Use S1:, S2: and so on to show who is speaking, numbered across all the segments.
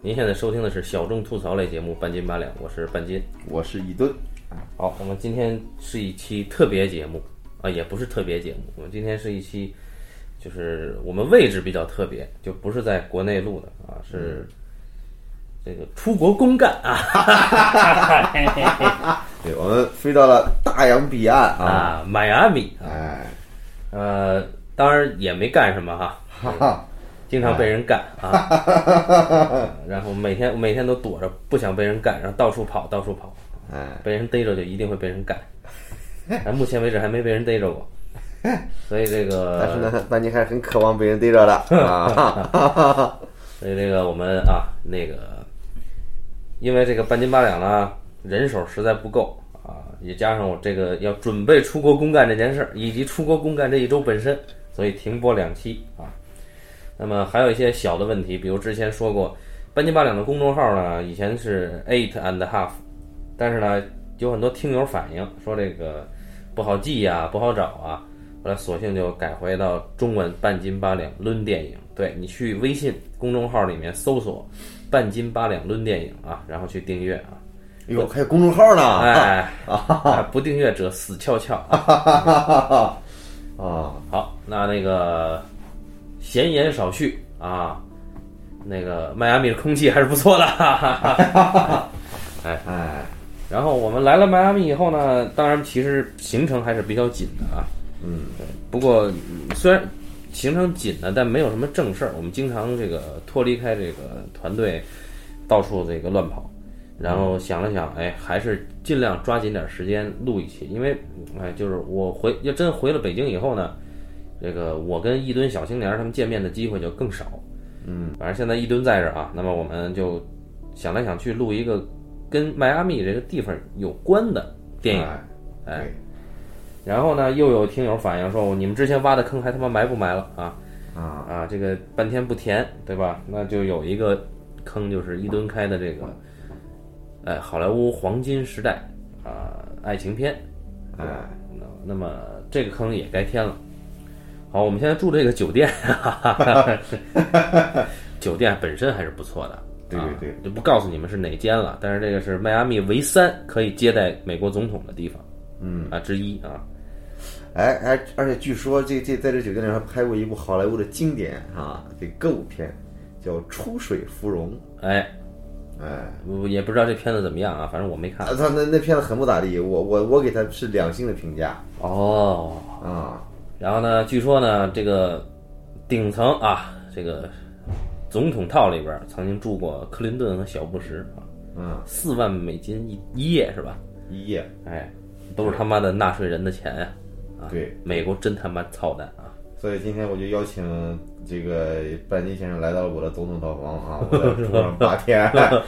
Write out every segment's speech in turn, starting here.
S1: 您现在收听的是小众吐槽类节目《半斤八两》，我是半斤。
S2: 我是一吨，
S1: 好，我们今天是一期特别节目啊，也不是特别节目，我们今天是一期，就是我们位置比较特别，就不是在国内录的啊，是这个出国公干啊
S2: 对我们飞到了大洋彼岸啊，
S1: 啊，迈阿密啊，
S2: 哎，
S1: 呃，当然也没干什么哈，
S2: 哈哈，
S1: 经常被人干啊，啊然后每天每天都躲着，不想被人干，然后到处跑，到处跑，
S2: 哎，
S1: 被人逮着就一定会被人 干。哎，目前为止还没被人逮着 过，所以这个，
S2: 但是呢，班尼还是很渴望被人逮着的 啊，
S1: 所以这个我们啊，那个，因为这个半斤八两呢，人手实在不够啊，也加上我这个要准备出国公干这件事儿，以及出国公干这一周本身，所以停播两期啊。那么还有一些小的问题，比如之前说过，半斤八两的公众号呢，以前是 eight and half，但是呢，有很多听友反映说这个不好记呀、不好找啊。后来索性就改回到中文“半斤八两抡电影”对。你去微信公众号里面搜索“半斤八两抡电影”啊，然后去订阅啊。
S2: 哎呦，还有公众号呢，
S1: 哎，哎不订阅者死翘翘啊！
S2: 啊，
S1: 好，那那个闲言少叙啊，那个迈阿密的空气还是不错的。 哈哈哈。
S2: 哎，
S1: 然后我们来了迈阿密以后呢，当然其实行程还是比较紧的啊。
S2: 嗯，
S1: 对。不过嗯虽然行程紧呢，但没有什么正事儿。我们经常这个脱离开这个团队，到处这个乱跑。然后想了想，哎，还是尽量抓紧点时间录一期，因为哎，就是我回要真回了北京以后呢，这个我跟一吨小青年儿他们见面的机会就更少。嗯，反正现在一吨在这儿啊，那么我们就想来想去录一个跟迈阿密这个地方有关的电影。
S2: 哎，
S1: 哎
S2: 对，
S1: 然后呢，又有听友反映说，你们之前挖的坑还他妈埋不埋了啊？
S2: 啊，
S1: 啊，这个半天不填，对吧？那就有一个坑，就是一吨开的这个，哎，好莱坞黄金时代啊、爱情片。
S2: 哎，
S1: 那那么这个坑也该填了。好，我们现在住这个酒店， 酒店本身还是不错的。
S2: 对对对
S1: 啊，就不告诉你们是哪间了。但是这个是迈阿密唯三可以接待美国总统的地方，嗯啊之一啊。
S2: 哎，哎，而且据说这这在这酒店里还拍过一部好莱坞的经典啊，这歌舞片叫《出水芙蓉》，
S1: 哎，
S2: 哎。
S1: 我也不知道这片子怎么样啊，反正我没看
S2: 啊，。他那那片子很不咋地，我我我给他是两星的评价
S1: 哦，
S2: 啊，
S1: 然后呢，据说呢，这个顶层啊，这个总统套里边儿曾经住过克林顿和小布什啊，
S2: 嗯，
S1: 四万美金一一夜是吧？
S2: 一夜，
S1: 哎，都是他妈的纳税人的钱呀、啊！
S2: 对，
S1: 美国真他妈操蛋啊！
S2: 所以今天我就邀请这个半斤先生来到了我的总统套房啊，我在 住上八天。啊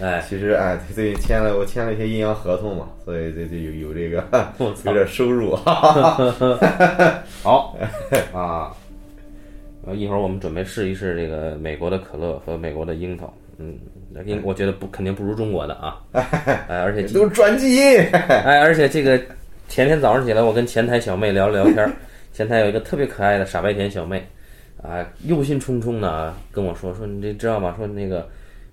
S1: 哎，
S2: 其实哎，最近签了我签了一些阴阳合同嘛，所以这这有有 这个
S1: 我操
S2: 有！点收入啊。
S1: 好啊，呃一会儿我们准备试一试这个美国的可乐和美国的樱桃。嗯，英我觉得不肯定不如中国的啊，哎，而且今
S2: 都是转 基因，
S1: 哎，而且这个前天早上起来，我跟前台小妹聊了聊天儿，前台有一个特别可爱的傻白甜小妹，啊，忧心忡忡的跟我说说，你这知道吗？说那个，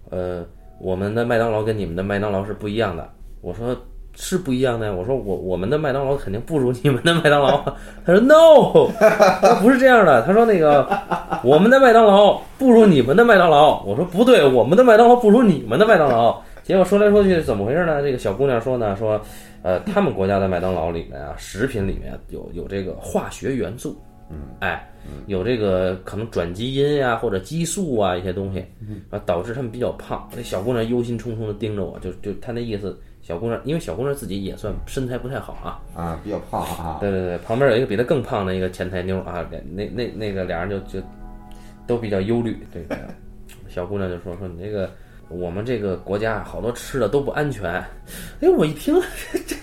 S1: 呃，我们的麦当劳跟你们的麦当劳是不一样的。我说是不一样的呀，我说我我们的麦当劳肯定不如你们的麦当劳 啊。她说 no，她说不是这样的。她说那个 我们的麦当劳不如你们的麦当劳。我说不对，我们的麦当劳不如你们的麦当劳。结果说来说去怎么回事呢？这个小姑娘说呢，说呃，他们国家的麦当劳里面啊，食品里面有有这个化学元素，嗯，哎，有这个可能转基因呀、或者激素啊一些东西，啊，导致他们比较胖。那小姑娘忧心忡忡的盯着我，就就她那意思，小姑娘，因为小姑娘自己也算身材不太好啊，
S2: 啊，比较胖啊，
S1: 对对对，旁边有一个比她更胖的一个前台妞啊，那那那那个俩人就就都比较忧虑。这个小姑娘就说说你这个我们这个国家好多吃的都不安全。哎，我一听 这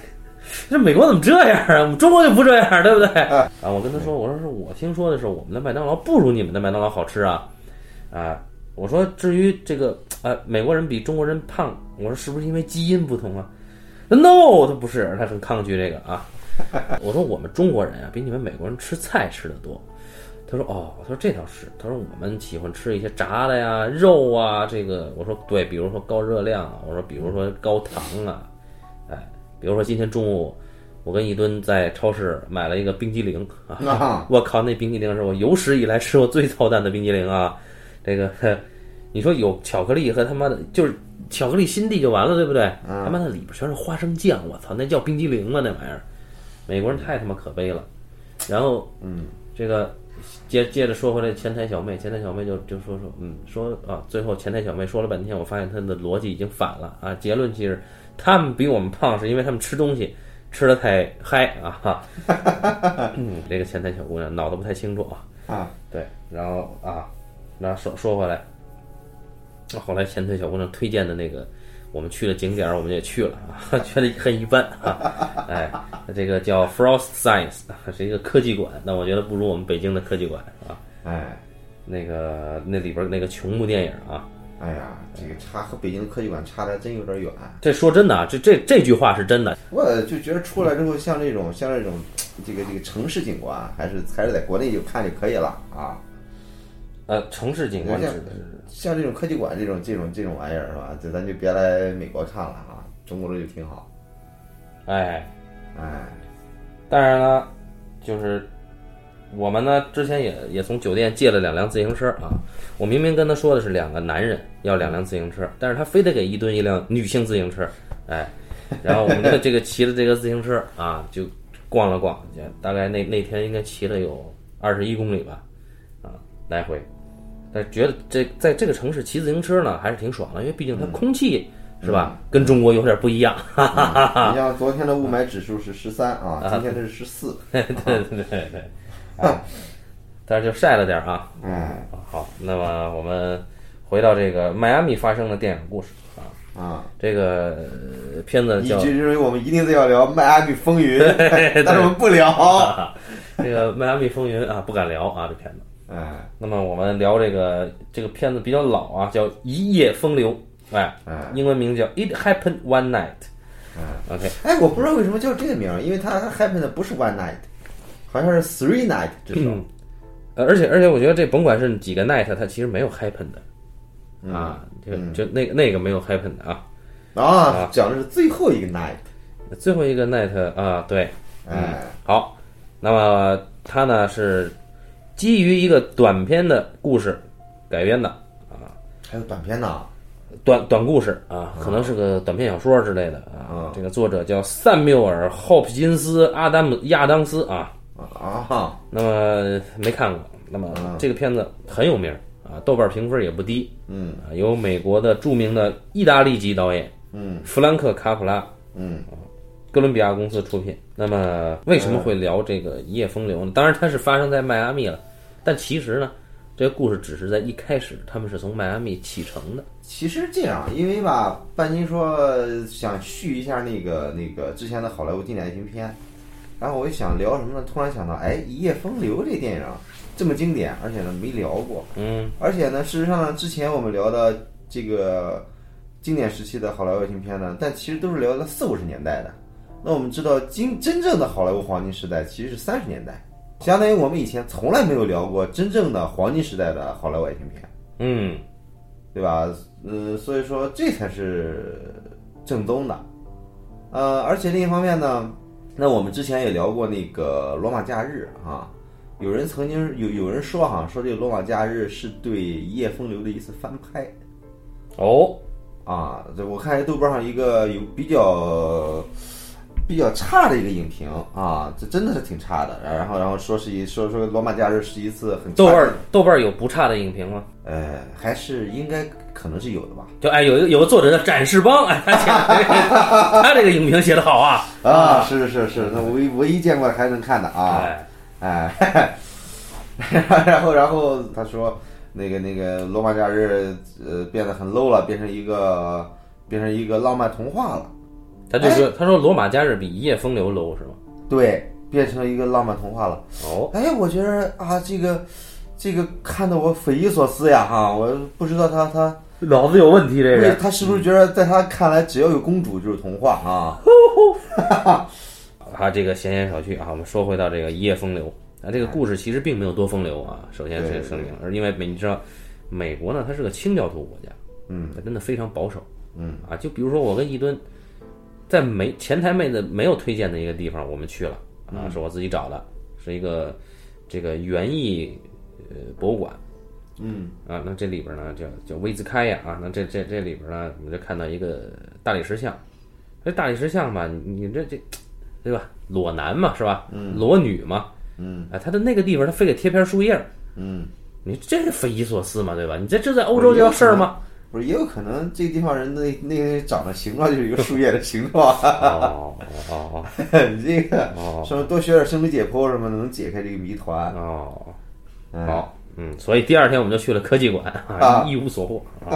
S1: 这美国怎么这样啊？我们中国就不这样，对不对？啊，我跟她说，我说是我听说的是我们的麦当劳不如你们的麦当劳好吃啊啊。我说，至于这个，呃，美国人比中国人胖，我说是不是因为基因不同啊？No，他不是，他很 抗拒这个啊。我说我们中国人啊，比你们美国人吃菜吃的多。他说哦，他说这倒是，他说我们喜欢吃一些炸的呀、肉啊，这个我说对，比如说高热量啊，我说比如说高糖啊，哎，比如说今天中午我跟一吨在超市买了一个冰激凌啊，
S2: 啊，
S1: 我靠，那冰激凌是我有史以来吃过最操蛋的冰激凌啊！这个， 呵你说有巧克力和他妈的，就是巧克力心地就完了，对不对？
S2: 嗯
S1: 他妈的里边全是花生酱，我操，那叫冰激凌吗？那玩意儿，美国人太他妈可悲了。然后，
S2: 嗯，
S1: 这个接接着说回来，前台小妹，前台小妹就就说说，嗯，说啊，最后前台小妹说了半天，我发现她的逻辑已经反了啊，结论其实他们比我们胖是因为他们吃东西吃的太嗨啊哈，嗯，这个前台小姑娘脑子不太清楚啊，
S2: 啊，
S1: 对，然后啊，那说说回来，那后来前台小姑娘推荐的那个我们去的景点儿，我们也去了啊， 觉得很一般啊。哎，这个叫 Frost Science，是一个科技馆，但我觉得不如我们北京的科技馆啊。
S2: 哎，
S1: 那个那里边儿那个琼木电影啊，
S2: 哎呀，这个差和北京的科技馆差的真有点远。
S1: 这说真的啊，这这这句话是真的。
S2: 我就觉得出来之后，像这种像这种这个这个城市景观，啊还是还是在国内就看就可以了啊。
S1: 呃，城市景观指的是
S2: 像这种科技馆这种这种这种玩意儿是吧？就咱就别来美国看了啊，中国的就挺好。
S1: 哎，
S2: 哎，
S1: 当然了，就是我们呢之前也也从酒店借了两辆自行车啊。我明明跟他说的是两个男人要两辆自行车，但是他非得给一吨一辆女性自行车，哎，然后我们就这个骑着这个自行车啊，就逛了逛，大概那那天应该骑了有二十一公里吧，啊，来回。但觉得这在这个城市骑自行车呢，还是挺爽的，因为毕竟它空气、是吧，跟中国有点不一样。
S2: 你像昨天的雾霾指数是十三啊，今天这是十四。
S1: 对对对对，啊，但是就晒了点儿啊。
S2: 哎，
S1: 好，那么我们回到这个迈阿密发生的电影故事啊，
S2: 啊，
S1: 这个呃片子
S2: 以
S1: 叫
S2: 至于我们一定得要聊迈阿密风云，但是我们不聊。
S1: 这个《迈阿密风云》啊，不敢聊啊这片子。
S2: 哎
S1: 那么我们聊这个这个片子比较老啊，叫《一夜风流》，哎，
S2: 哎
S1: 英文名叫《It Happened One Night》。OK，
S2: 哎，我不知道为什么叫这个名儿，因为它 happen 的不是 one night，好像是 three night 至少。
S1: 嗯呃，而且而且我觉得这甭管是几个 night，它其实没有 happen 的啊，就就那个那个没有 happen 的啊。
S2: 啊，讲的是最后一个 night。
S1: 最后一个 night 啊，对，
S2: 哎，
S1: 好，那么它呢是基于一个短篇的故事改编的
S2: 还有短片呢。
S1: 短短故事啊，可能是个短篇小说之类的啊
S2: 嗯。
S1: 这个作者叫塞缪尔·霍普金斯·阿丹姆·亚当斯啊，
S2: 啊，
S1: 那么没看过。那么这个片子很有名啊，豆瓣评分也不低
S2: 嗯
S1: 啊，由美国的著名的意大利籍导演
S2: 嗯
S1: 弗兰克·卡普拉
S2: 嗯，
S1: 哥伦比亚公司出品。那么为什么会聊这个《一夜风流》呢？当然它是发生在迈阿密了，但其实呢，这个故事只是在一开始，他们是从迈阿密启程的。
S2: 其实这样，因为吧，半斤说想续一下那个那个之前的好莱坞经典爱情片，然后我一想聊什么呢？突然想到，哎，《一夜风流》这电影这么经典，而且呢没聊过，
S1: 嗯，
S2: 而且呢，事实上呢，之前我们聊的这个经典时期的好莱坞爱情片呢，但其实都是聊的四五十年代的。那我们知道，今真正的好莱坞黄金时代其实是三十年代，相当于我们以前从来没有聊过真正的黄金时代的好莱坞爱情片，
S1: 嗯，
S2: 对吧？嗯，所以说这才是正宗的。呃，而且另一方面呢，那我们之前也聊过那个罗马假日啊，有人曾经有有人说哈、说这个罗马假日是对《一夜风流》的一次翻拍
S1: 哦，
S2: 啊。这我看豆瓣上一个有比较比较差的一个影评啊，这真的是挺差的。然后然后说是一说说罗马假日是一次很
S1: 豆瓣
S2: 差
S1: 儿
S2: 的
S1: 豆瓣儿有不差的影评吗？
S2: 呃，还是应该可能是有的吧。
S1: 就哎，有一个有个作者叫展示邦，哎，他写的这个 他这个影评写的好啊，
S2: 啊，是是是，那唯唯一见过还能看的啊，
S1: 哎，
S2: 哎， 然后然后他说那个那个罗马假日呃变得很 low 了，变成一个变成一个浪漫童话了，
S1: 他就说他说罗马假日比一夜风流 low 是吗？
S2: 对，变成了一个浪漫童话了。
S1: 哦，
S2: 哎，我觉得啊，这个这个看得我匪夷所思呀哈，我不知道他他
S1: 脑子有问题这
S2: 对，他是不是觉得在他看来只要有公主就是童话啊？
S1: 啊，这个闲言少叙啊，我们说回到这个一夜风流啊，这个故事其实并没有多风流啊。首先
S2: 对
S1: 是
S2: 对
S1: 声明，而因为美你知道，美国呢，它是个清教徒国家，
S2: 嗯，
S1: 它真的非常保守，
S2: 嗯
S1: 啊，就比如说我跟一吨，在没前台妹子没有推荐的一个地方，我们去了啊，
S2: 嗯
S1: 是我自己找的，是一个这个园艺呃博物馆，
S2: 嗯
S1: 啊，那这里边呢叫叫威兹开呀啊，那这这这里边呢，我们就看到一个大理石像，这大理石像吧，你你这这，对吧？裸男嘛是吧？裸女嘛，
S2: 嗯，
S1: 啊，他的那个地方他非给贴片树叶儿，
S2: 嗯，
S1: 你这是匪夷所思嘛，对吧？你这这在欧洲就要事儿吗？
S2: 不是，也有可能这个地方人的那那长的形状就是一个树叶的形状，
S1: 哦哦
S2: 你这个
S1: 哦
S2: 说多学点生理解剖什么的，能解开这个谜团。
S1: 哦哦，
S2: 嗯
S1: 好，嗯，所以第二天我们就去了科技馆啊，
S2: 啊
S1: 一无所获啊。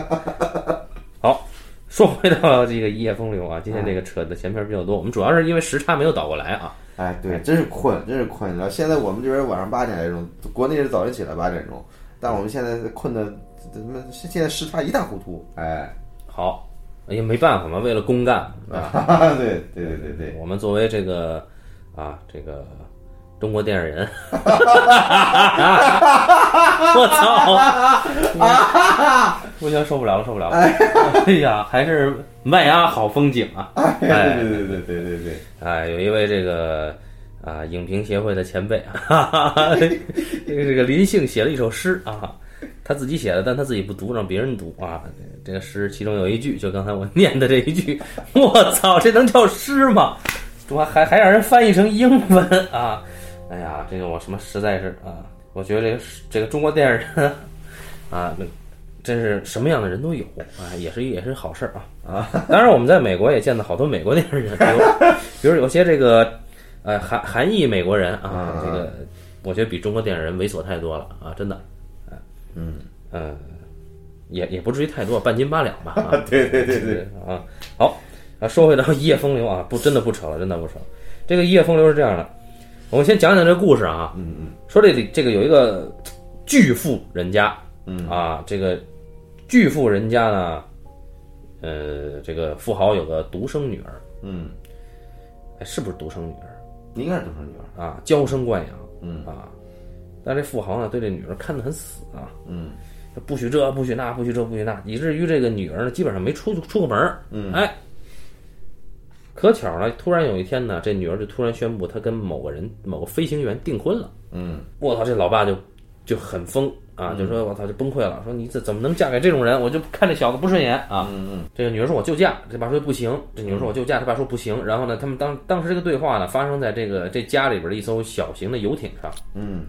S1: 好，说回到这个一夜风流啊，今天
S2: 嗯
S1: 这个扯的前篇比较多，我们主要是因为时差没有倒过来啊。
S2: 哎，对，真是困，真是困。你知道，现在我们这边晚上八点来钟，国内是早晨起来八点钟，但我们现在困的，怎么现在时差一塌糊涂。哎，
S1: 好，也没办法嘛，为了公干，
S2: 啊， 对对对对对，
S1: 我们作为这个啊，这个中国电影 人， 我操， 不行，受不了了，受不了了，哎呀，还是麦芽好风景啊！
S2: 哎， 对对对对对对
S1: 啊，有一位这个啊影评协会的前辈啊，这个这个林姓写了一首诗啊，他自己写的，但他自己不读，让别人读啊。这个诗其中有一句，就刚才我 念的这一句，我操，这能叫诗吗？怎么还还让人翻译成英文啊？ 哎呀，这个我什么实在是啊，我觉得这个是这个中国电影人啊，那真是什么样的人都有啊，也是也是好事儿啊啊！当然，我们在美国也见到好多美国电影人，比如比如有些这个呃韩韩裔美国人啊
S2: 嗯，
S1: 这个我觉得比中国电影人猥琐太多了啊，真的，嗯嗯。也也不至于太多，半斤八两吧。啊、
S2: 对对对
S1: 对啊，好啊，说回到一夜风流啊，不真的不扯了，真的不扯了。这个一夜风流是这样的，我们先讲讲这故事啊。嗯嗯，说这里这个有一个巨富人家，嗯啊，这个巨富人家呢，呃，这个富豪有个独生女儿，
S2: 嗯，
S1: 哎，是不是独生女儿
S2: 你应该是独生女儿。
S1: 啊？娇生惯养，
S2: 嗯
S1: 啊，但这富豪呢，对这女儿看得很死啊，
S2: 嗯
S1: 不许这，不许那，不许这，不许那，以至于这个女儿呢，基本上没出出过门儿。
S2: 嗯
S1: 哎，可巧呢，突然有一天呢，这女儿就突然宣布她跟某个人、某个飞行员订婚了。
S2: 嗯
S1: 我操，这老爸就就很疯啊，就说我操就崩溃了，说你怎怎么能嫁给这种人？我就看这小子不顺眼啊。
S2: 嗯嗯
S1: 这个女儿说我就嫁，这爸说不行。这女儿说我就嫁，他爸说不行。然后呢，他们当当时这个对话呢，发生在这个这家里边的一艘小型的游艇上。
S2: 嗯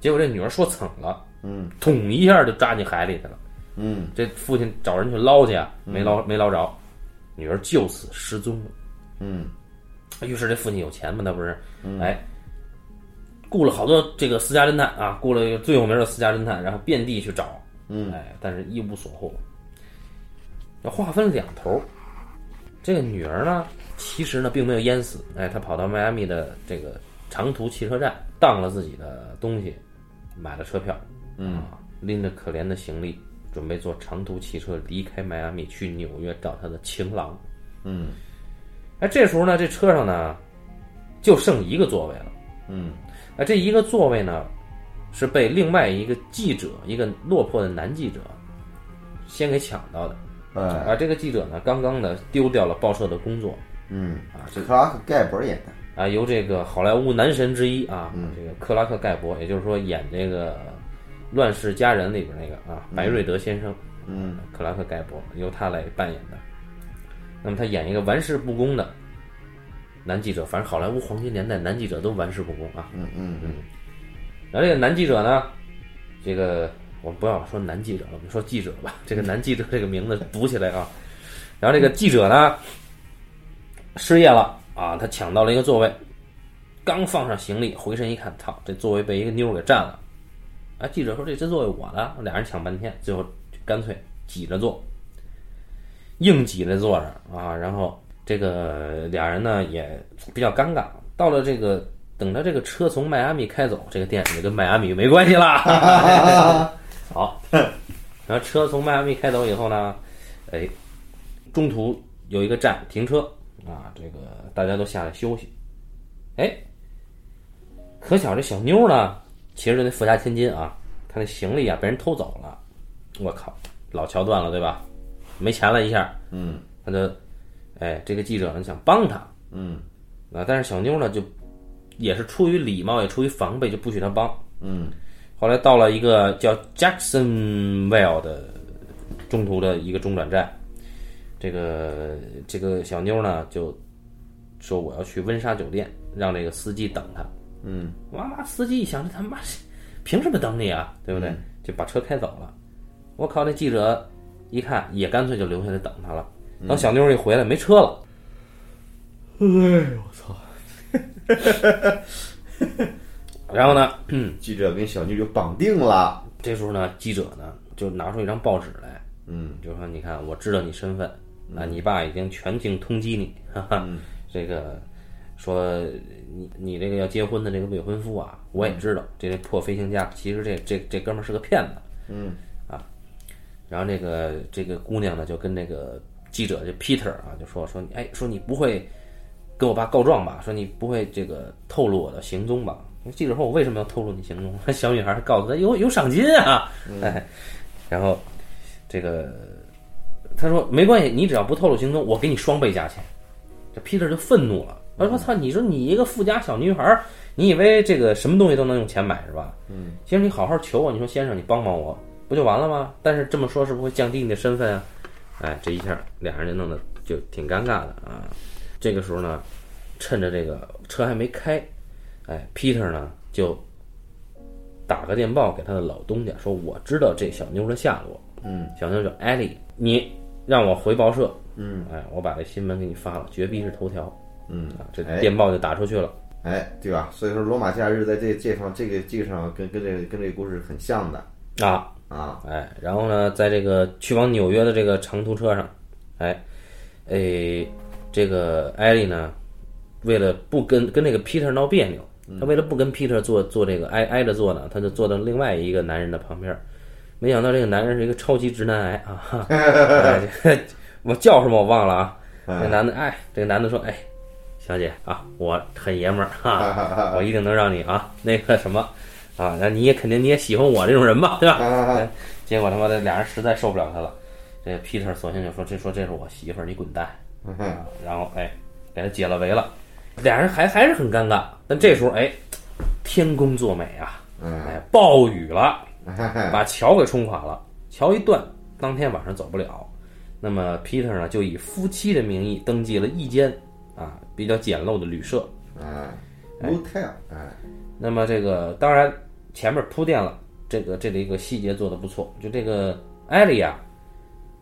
S1: 结果这女儿说蹭了，
S2: 嗯
S1: 捅一下就扎进海里去了。
S2: 嗯
S1: 这父亲找人去捞去啊，没捞没捞着，女儿就此失踪了。
S2: 嗯
S1: 于是这父亲有钱嘛，那不是，哎，雇了好多这个私家侦探啊，雇了一个最有名的私家侦探，然后遍地去找，
S2: 嗯
S1: 哎，但是一无所获。要话分两头儿，这个女儿呢，其实呢并没有淹死，哎，她跑到迈阿密的这个长途汽车站，当了自己的东西，买了车票，嗯、啊，拎着可怜的行李，准备坐长途汽车离开迈阿密去纽约找她的情郎。
S2: 嗯
S1: 哎，这时候呢，这车上呢就剩一个座位了。
S2: 嗯
S1: 哎，这一个座位呢是被另外一个记者，一个落魄的男记者先给抢到的。
S2: 哎
S1: 啊，这个记者呢，刚刚呢丢掉了报社的工作
S2: 嗯
S1: 啊，
S2: 是克拉克盖博演的。
S1: 啊，由这个好莱坞男神之一啊，这个克拉克·盖博，也就是说演这个《乱世佳人》里边那个啊，白瑞德先生，啊
S2: 嗯
S1: 克拉克·盖博由他来扮演的。那么他演一个玩世不恭的男记者，反正好莱坞黄金年代男记者都玩世不恭啊。
S2: 嗯嗯嗯
S1: 然后这个男记者呢，这个我们不要说男记者了，我们说记者吧。这个男记者这个名字读起来啊，然后这个记者呢失业了啊，他抢到了一个座位，刚放上行李，回身一看，操，这座位被一个妞儿给占了。啊，记者说这这座位我的，俩人抢半天，最后就干脆挤着坐，硬挤着坐着啊。然后这个俩人呢也比较尴尬，到了这个等到这个车从迈阿密开走，这个电影就跟迈阿密没关系啦。 好，然后车从迈阿密开走以后呢，哎，中途有一个站停车啊，这个大家都下来休息。哎，可巧这小妞呢，骑着那富家千金啊，她那行李啊被人偷走了，我靠，老桥段了对吧？没钱了一下，
S2: 嗯
S1: 他就，哎，这个记者呢想帮他
S2: 嗯
S1: 啊，但是小妞呢就也是出于礼貌，也出于防备，就不许他帮。
S2: 嗯
S1: 后来到了一个叫 Jacksonville 的中途的一个中转站，这个这个小妞呢就说我要去温莎酒店，让这个司机等她。
S2: 嗯，
S1: 哇妈，司机一想，这他妈是凭什么等你啊？对不
S2: 嗯
S1: 对？就把车开走了。我靠，那记者一看也干脆就留下来等他了。
S2: 嗯
S1: 等小妞一回来，没车了。哎呦，我操！然后呢，
S2: 嗯记者跟小妞就绑定了。
S1: 这时候呢，记者呢就拿出一张报纸来，
S2: 嗯
S1: 就说：“你看，我知道你身份，啊，你爸已经全境通缉你， 哈哈，
S2: 嗯
S1: 这个说你你这个要结婚的这个未婚夫啊，我也知道，这这破飞行家其实这这这哥们儿是个骗子，啊
S2: 嗯
S1: 然后这个这个姑娘呢，就跟那个记者就 Peter 啊，就说说你哎，说你不会跟我爸告状吧？说你不会这个透露我的行踪吧？记者说我为什么要透露你行踪？ 小女孩告诉他有有赏金啊，哎，然后这个他说没关系，你只要不透露行踪，我给你双倍价钱。这 Peter 就愤怒了，他说操，你说你一个富家小女孩儿，你以为这个什么东西都能用钱买是吧？其实你好好求我，你说先生，你帮帮我，不就完了吗？但是这么说是不是会降低你的身份啊？哎，这一下俩人就弄得就挺尴尬的啊。这个时候呢，趁着这个车还没开，哎，Peter 呢就打个电报给他的老东家说，我知道这小妞的下落，
S2: 嗯，
S1: 小妞叫艾莉，你让我回报社，
S2: 嗯，
S1: 哎，我把这新闻给你发了，绝逼是头条
S2: 嗯，
S1: 啊，这
S2: 哎
S1: 电报就打出去了。
S2: 哎，对吧？所以说，罗马假日在这这方这个这个上跟跟这个跟这个故事很像的
S1: 啊，
S2: 啊。
S1: 哎，然后呢，在这个去往纽约的这个长途车上，哎，哎，这个艾莉呢，为了不跟跟那个 Peter 闹别扭，她为了不跟 Peter 坐坐这个挨挨着坐呢，她就坐到另外一个男人的旁边儿。没想到这个男人是一个超级直男癌啊！哈哎这我叫什么我忘了啊。这男的哎，这个男的说：“哎，小姐啊，我很爷们儿哈、我一定能让你啊那个什么啊，那你也肯定你也喜欢我这种人吧，
S2: 哎
S1: 对吧？”结果他妈的俩人实在受不了他了，这 Peter 索性就说：“这说这是我媳妇儿，你滚蛋。”啊然后哎，给他解了围了，俩人还还是很尴尬。但这时候哎，天公作美啊，哎，暴雨了，
S2: 哎
S1: 把桥给冲垮了，桥一断，当天晚上走不了。那么 Peter 呢，就以夫妻的名义登记了一间啊比较简陋的旅社。
S2: 哎，motel，哎，
S1: 那么这个当然前面铺垫了，这个这里一个细节做的不错，就这个艾莉亚，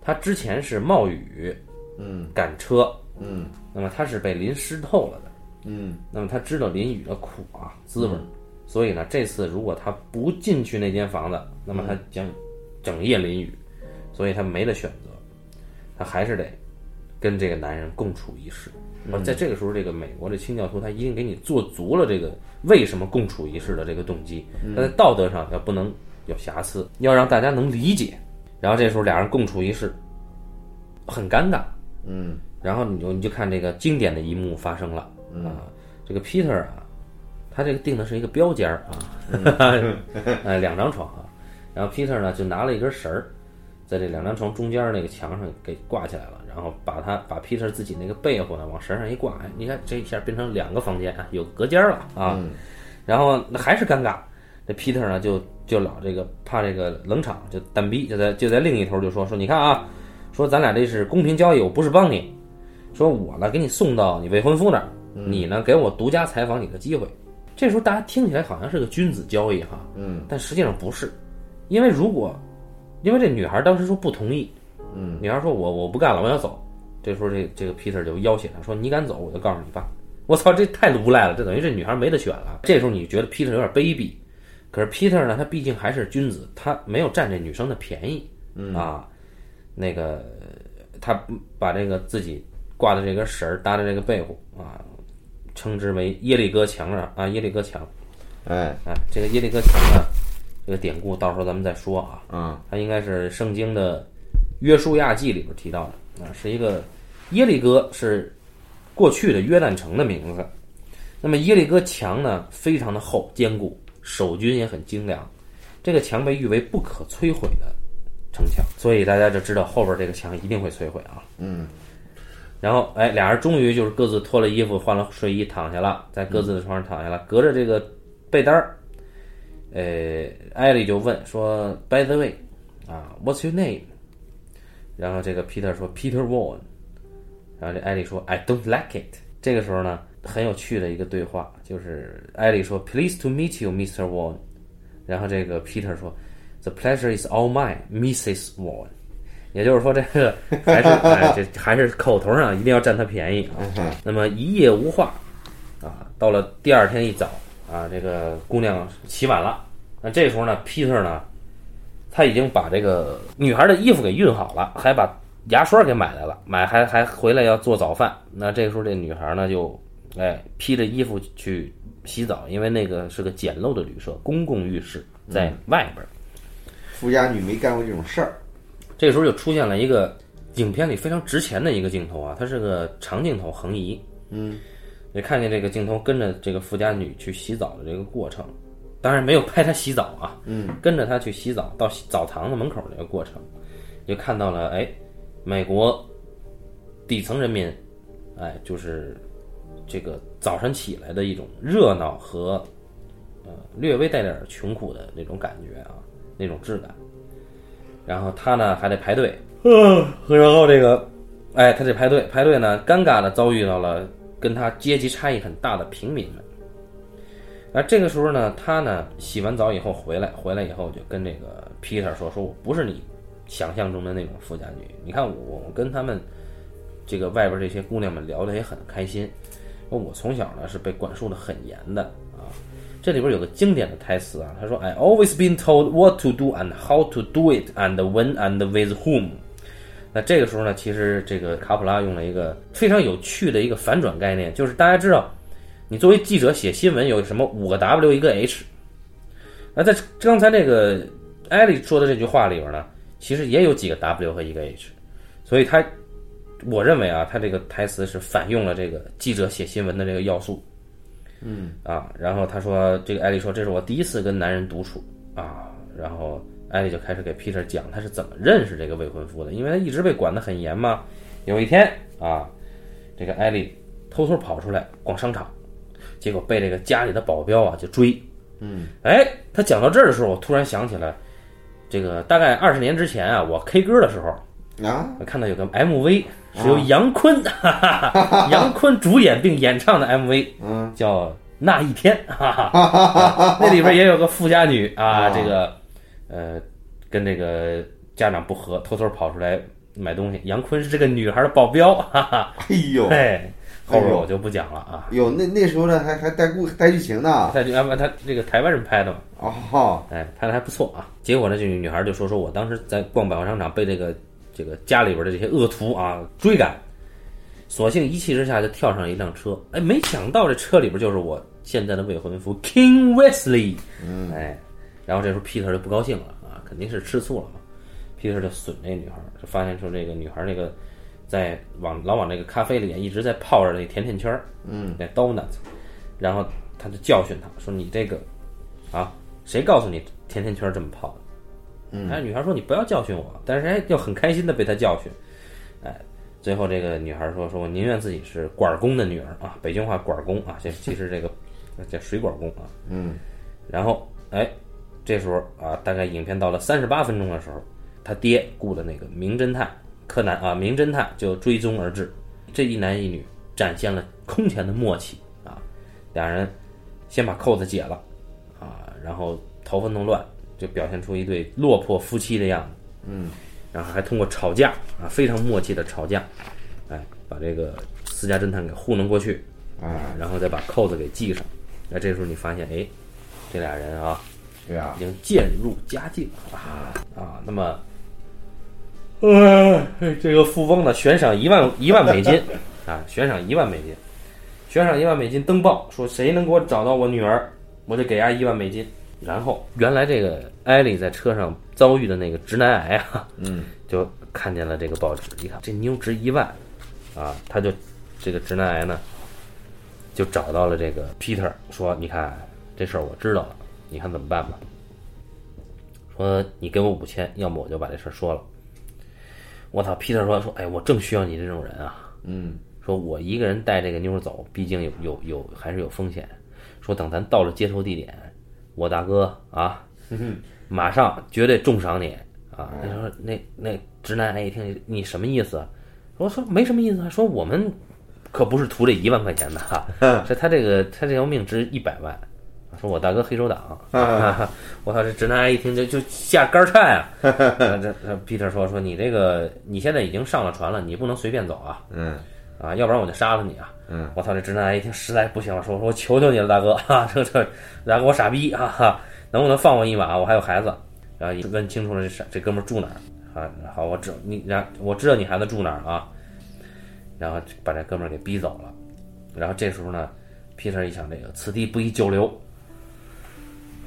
S1: 她之前是冒雨
S2: 嗯
S1: 赶车，
S2: 嗯
S1: 那么她是被淋湿透了的，
S2: 嗯
S1: 那么她知道淋雨的苦啊滋味儿，所以呢，这次如果她不进去那间房子，那么她
S2: 嗯
S1: 将整夜淋雨，所以她没得选择，她还是得跟这个男人共处一室。那么在这个时候，这个美国的清教徒他一定给你做足了这个为什么共处一室的这个动机，他在道德上他不能有瑕疵，要让大家能理解。然后这时候俩人共处一室，很尴尬。
S2: 嗯
S1: 然后你就你就看这个经典的一幕发生了、啊，这个 Peter 啊，他这个定的是一个标间儿啊， 哎，两张床啊，然后 Peter 呢就拿了一根绳儿，在这两张床中间那个墙上给挂起来了，然后把他把 Peter 自己那个被窝呢往绳上一挂，哎，你看这一下变成两个房间啊，有隔间儿了啊，然后那还是尴尬，这 Peter 呢就就老这个怕这个冷场，就蛋逼，就在就在另一头就说说你看啊。说咱俩这是公平交易，我不是帮你，说我呢给你送到你未婚夫那儿，你呢给我独家采访你的机会。这时候大家听起来好像是个君子交易哈，
S2: 嗯
S1: 但实际上不是，因为如果，因为这女孩当时说不同意，
S2: 嗯，
S1: 女孩说我我不干了，我要走。这时候这这个 Peter 就要挟她说你敢走，我就告诉你爸。我操，这太无赖了，这等于这女孩没得选了。这时候你觉得 Peter 有点卑鄙，可是 Peter 呢，他毕竟还是君子，他没有占这女生的便宜，啊，那个他把这个自己挂的这根绳儿搭的这个被褥啊，称之为耶利哥墙啊啊耶利哥墙
S2: 哎，
S1: 啊，这个耶利哥墙呢，这个典故到时候咱们再说啊。
S2: 啊，
S1: 它应该是圣经的约书亚记里边提到的啊，是一个耶利哥是过去的约旦城的名字。那么耶利哥墙呢，非常的厚坚固，守军也很精良。这个墙被誉为不可摧毁的城墙，所以大家就知道后边这个墙一定会摧毁啊。
S2: 嗯，
S1: 然后哎，俩人终于就是各自脱了衣服，换了睡衣，躺下了，在各自的床上躺下了，隔着这个被单儿，呃，艾莉就问说：“By the way，啊，What's your name？” 然后这个 Peter 说：“Peter Vaughn。”然后这艾莉说：“I don't like it。”这个时候呢，很有趣的一个对话就是艾莉说：“Pleased to meet you, Mr. Vaughn。”然后这个 Peter 说：“The pleasure is all mine, Mrs. Vaughn。”也就是说，这个还是哎，这还是口头上一定要占他便宜啊。那么一夜无话啊，到了第二天一早啊，这个姑娘起晚了。那这时候呢，Peter 呢，他已经把这个女孩的衣服给熨好了，还把牙刷给买来了，买还还回来要做早饭。那这时候这女孩呢就哎披着衣服去洗澡，因为那个是个简陋的旅社，公共浴室在外边。
S2: 富家女没干过这种事儿，
S1: 这时候就出现了一个影片里非常值钱的一个镜头啊，它是个长镜头横移，
S2: 嗯，
S1: 也看见这个镜头跟着这个富家女去洗澡的这个过程，当然没有拍她洗澡啊，
S2: 嗯，
S1: 跟着她去洗澡到洗澡堂子门口这个过程，就看到了哎，美国底层人民，哎，就是这个早晨起来的一种热闹和呃略微带点穷苦的那种感觉啊，那种质感。然后他呢还得排队，嗯，然后这个，哎，他得排队，排队呢，尴尬的遭遇到了跟他阶级差异很大的平民们。而这个时候呢，他呢洗完澡以后回来，回来以后就跟这个 Peter 说：“说我不是你想象中的那种富家女，你看我我跟他们这个外边这些姑娘们聊的也很开心。说我从小呢是被管束的很严的啊。这里边有个经典的台词啊，他说：“I always been told what to do and how to do it and when and with whom。”那这个时候呢，其实这个卡普拉用了一个非常有趣的一个反转概念，就是大家知道，你作为记者写新闻有什么五个 W 一个 H。那在刚才这个艾丽说的这句话里边呢，其实也有几个 W 和一个 H，所以他我认为啊，他这个台词是反用了这个记者写新闻的这个要素。嗯啊，然后他说，这个艾丽说，这是我第一次跟男人独处啊，然后艾丽就开始给 Peter 讲他是怎么认识这个未婚夫的，因为他一直被管得很严嘛。有一天啊，这个艾丽偷偷跑出来逛商场，结果被这个家里的保镖啊就追。嗯，哎，他讲到这儿的时候，我突然想起来，这个大概二十年之前啊，我 K 歌的时候，
S2: 啊，
S1: 我看到有个 MV 是由杨坤，哈 哈，杨坤主演并演唱的 MV，
S2: 嗯，
S1: 叫《那一天》，哈哈， 啊那里边也有个富家女啊，
S2: 啊
S1: 这个呃跟这个家长不和，偷偷跑出来买东西。杨坤是这个女孩的保镖，哈哈，
S2: 哎 呦，
S1: 哎，后边
S2: 哎呦
S1: 我就不讲了啊。
S2: 有那那时候呢，还还带故带剧情呢，
S1: 他就安排他这个台湾人拍的嘛，
S2: 哦，
S1: 哎，拍的还不错啊。结果呢，这女孩就说说我当时在逛百货商场，被这个这个家里边的这些恶徒啊追赶，索性一气之下就跳上一辆车。哎，没想到这车里边就是我现在的未婚夫 King Wesley。嗯，哎，然后这时候 Peter 就不高兴了啊，肯定是吃醋了嘛。Peter 就损这女孩，就发现说这个女孩那个在往老往那个咖啡里啊一直在泡着那甜甜圈儿，嗯，那 donut，然后他就教训她说你这个啊，谁告诉你甜甜圈这么泡的？嗯，哎，女孩说你不要教训我，但是哎，又很开心的被他教训，哎，最后这个女孩说，说我宁愿自己是管工的女儿啊，北京话管工啊，这其实这个叫水管工啊，嗯，然后哎，这时候啊，大概影片到了三十八分钟的时候，他爹雇的那个名侦探柯南啊，名侦探就追踪而至，这一男一女展现了空前的默契啊，俩人先把扣子解了。啊，然后头发弄乱，就表现出一对落魄夫妻的样子。嗯，然后还通过吵架啊，非常默契的吵架，哎，把这个私家侦探给糊弄过去
S2: 哎
S1: 啊，然后再把扣子给系上。那这时候你发现，哎，这俩人啊，
S2: 对啊
S1: 已，经渐入佳境啊啊，那么。呃，这个富翁呢，悬赏一万一万美 金啊，悬赏一万美金，悬赏一万美金登报说，谁能给我找到我女儿，我就给他一万美金。然后，原来这个艾莉在车上遭遇的那个直男癌啊，嗯， 就看见了这个报纸，一看这妞值一万，啊，他就这个直男癌呢，就找到了这个 Peter，说：“你看这事儿我知道了，你看怎么办吧？”说：“你给我五千，要么我就把这事儿说了。”我操！Peter 说：“说哎，我正需要你这种人啊！
S2: 嗯，
S1: 说我一个人带这个妞儿走，毕竟有有有还是有风险。说等咱到了接收地点，我大哥啊，马上绝对重赏你啊！他说那那直男哎癌一听你什么意思啊？我说没什么意思啊，说我们可不是图这一万块钱的哈、这他这个他这条命值一百万。说我大哥黑手党，我操！这直男癌一听就就下肝儿颤啊！ 这这 Peter 说说你这个你现在已经上了船了，你不能随便走啊！
S2: 嗯
S1: 啊，要不然我就杀了你啊！
S2: 嗯，
S1: 我操，这直男癌一听实在不行了，说说我求求你了，大哥， 哈、这这大哥我傻逼啊，哈、能不能放我一马？我还有孩子。然后一问清楚了这傻这哥们儿住哪儿啊？好，我知你然我知道你孩子住哪儿啊，然后就把这哥们儿给逼走了。然后这时候呢，Peter 一想，这个此地不宜久留，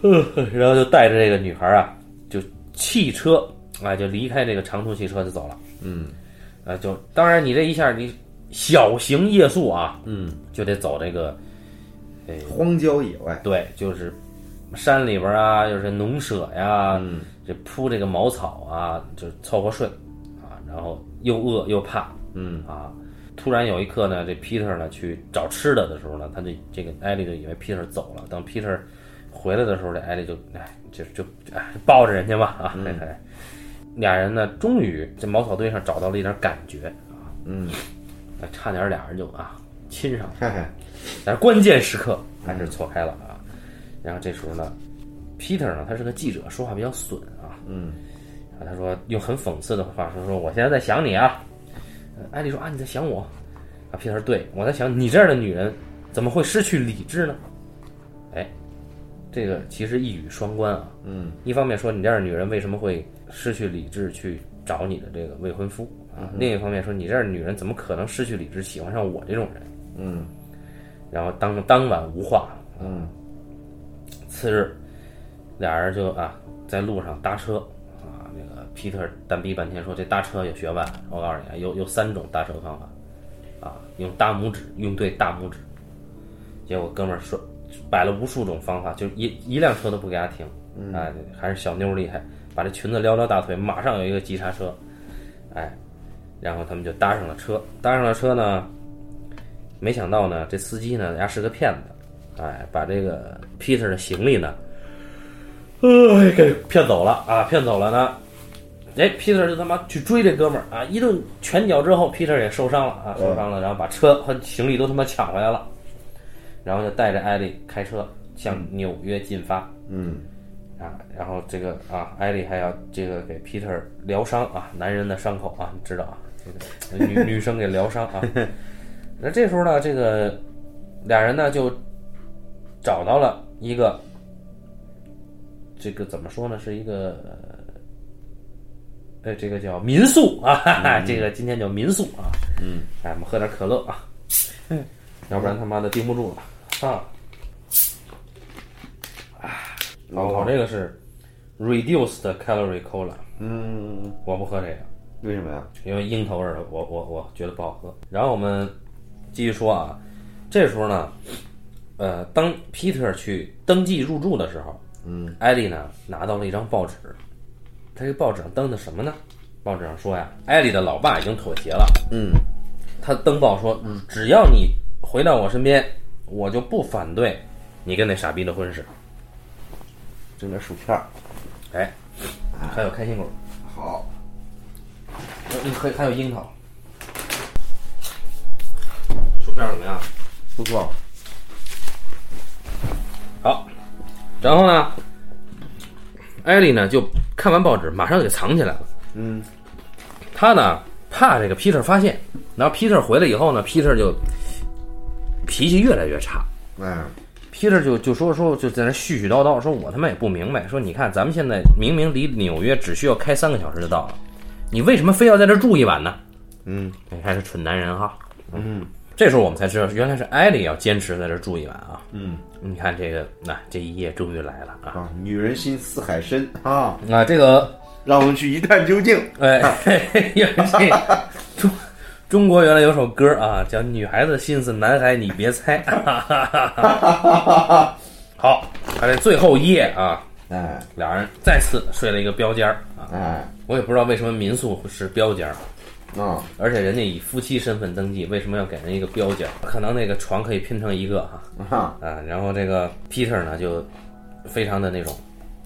S1: 呃 然后就带着这个女孩啊，就汽车啊，就离开这个长途汽车就走了。
S2: 嗯
S1: 啊，就当然你这一下你小型夜宿啊，
S2: 嗯，
S1: 就得走这个，
S2: 荒郊野外，
S1: 对，就是山里边啊，就是农舍呀，
S2: 嗯
S1: 这铺这个茅草啊，就凑合睡啊，然后又饿又怕
S2: 嗯
S1: 啊。突然有一刻呢，这 Peter 呢去找吃的的时候呢，他就这个艾丽就以为 Peter 走了，当 Peter 回来的时候，这艾丽就哎，就就哎抱着人家嘛啊，
S2: 嗯
S1: 哎哎俩人呢终于在茅草堆上找到了一点感觉啊，
S2: 嗯，
S1: 啊，差点俩人就啊亲上了，
S2: 嗨嗨，
S1: 但是关键时刻还是错开了啊。然后这时候呢，Peter 呢，他是个记者，说话比较损啊，
S2: 嗯
S1: 啊，他说用很讽刺的话说说我现在在想你啊，呃艾丽说啊你在想我，啊，Peter 说对我在想你这样的女人怎么会失去理智呢？哎，这个其实一语双关啊，
S2: 嗯
S1: 一方面说你这样的女人为什么会失去理智去找你的这个未婚夫
S2: 嗯
S1: 啊，另一方面说你这样的女人怎么可能失去理智喜欢上我这种人？
S2: 嗯
S1: 然后当当晚无话。啊
S2: 嗯
S1: 次日，俩人就啊在路上搭车啊，那个皮特单逼半天说这搭车有学问，我告诉你啊，有有三种搭车方法啊，用大拇指，用对大拇指。结果哥们儿说摆了无数种方法，就一一辆车都不给他停啊，还是小妞儿厉害，把这裙子撩撩大腿，马上有一个急刹车，哎，然后他们就搭上了车，搭上了车呢。没想到呢，这司机呢，人家是个骗子，哎，把这个 Peter 的行李呢，哎，给骗走了啊！骗走了呢，哎，Peter 就他妈去追这哥们儿啊！一顿拳脚之后，Peter 也受伤了啊，受伤了，然后把车和行李都他妈抢回来了，然后就带着艾丽开车向纽约进发
S2: 嗯
S1: 啊！然后这个啊，艾丽还要这个给 Peter 疗伤啊，男人的伤口啊，你知道啊，这个女女生给疗伤啊。那这时候呢，这个俩人呢就找到了一个这个怎么说呢，是一个呃，这个叫民宿啊，哈哈，这个今天叫民宿啊，
S2: 嗯，
S1: 哎，我们喝点可乐啊， 要不然他妈的盯不住了啊。啊，我这个是 reduced calorie cola，
S2: 嗯，
S1: 我不喝这个。
S2: 为什么呀？
S1: 因为樱桃味儿的，我我我觉得不好喝。然后我们继续说啊，这时候呢，呃，当 Peter 去登记入住的时候，
S2: 嗯，
S1: 艾丽呢拿到了一张报纸，他这个报纸上登的什么呢？报纸上说呀，艾丽的老爸已经妥协了，
S2: 嗯
S1: 他登报说，只要你回到我身边，我就不反对你跟那傻逼的婚事。
S2: 整点薯片儿，
S1: 哎，
S2: 啊
S1: 还有开心果，
S2: 好，
S1: 还呃还有樱桃，薯片怎么样？
S2: 不错，
S1: 好，然后呢，艾丽呢就看完报纸，马上就给藏起来了。
S2: 嗯
S1: 她呢怕这个 Peter 发现，然后 Peter 回来以后呢，Peter 就脾气越来越差。
S2: 哎，
S1: Peter 就就说说就在那絮絮叨叨，说我他妈也不明白，说你看咱们现在明明离纽约只需要开三个小时就到了，你为什么非要在这儿住一晚呢？
S2: 嗯
S1: 你看这蠢男人哈。
S2: 嗯
S1: 这时候我们才知道，原来是艾丽要坚持在这儿住一晚啊。
S2: 嗯，
S1: 你看这个，那、这一夜终于来了啊！
S2: 啊，女人心似海深啊，
S1: 那、这个
S2: 让我们去一探究竟。
S1: 哎，因为这终中国原来有首歌啊，叫《女孩子心思男孩你别猜》。 好，他这最后一夜啊，
S2: 哎
S1: 俩人再次睡了一个标间儿啊。
S2: 哎
S1: 我也不知道为什么民宿是标间儿，
S2: 啊
S1: 而且人家以夫妻身份登记，为什么要给人一个标间儿？可能那个床可以拼成一个哈
S2: 啊
S1: 啊。然后这个 Peter 呢，就非常的那种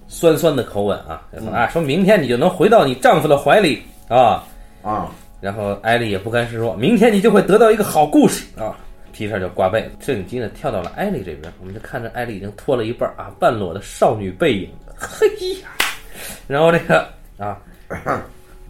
S1: 酸酸的口吻啊，就说啊，说明天你就能回到你丈夫的怀里啊。
S2: 啊！
S1: 然后艾丽也不甘示弱，明天你就会得到一个好故事啊。Peter 就挂背，摄影机呢跳到了艾丽这边，我们就看着艾丽已经脱了一半啊，半裸的少女背影，嘿呀！然后这个啊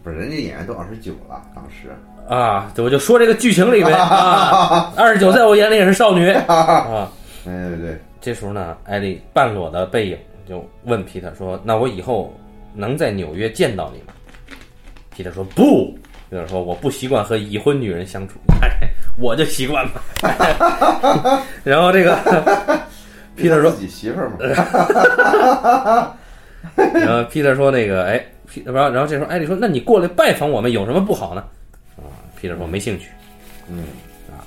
S2: 不是，人家演员都二十九了，当时
S1: 啊，我就说这个剧情里面啊，二十九在我眼里也是少女啊。
S2: 哎对对，
S1: 这时候呢，艾丽半裸的背影就问皮特说：“那我以后能在纽约见到你吗？”皮特说：“不。”就是说我不习惯和已婚女人相处，哎，我就习惯了。 然后这个皮特说
S2: 自己媳妇 儿嘛，：“
S1: 然后皮特说那个，哎，皮，然后然后这时候艾丽说：‘那你过来拜访我们有什么不好呢？’啊，皮特说没兴趣。
S2: 嗯啊，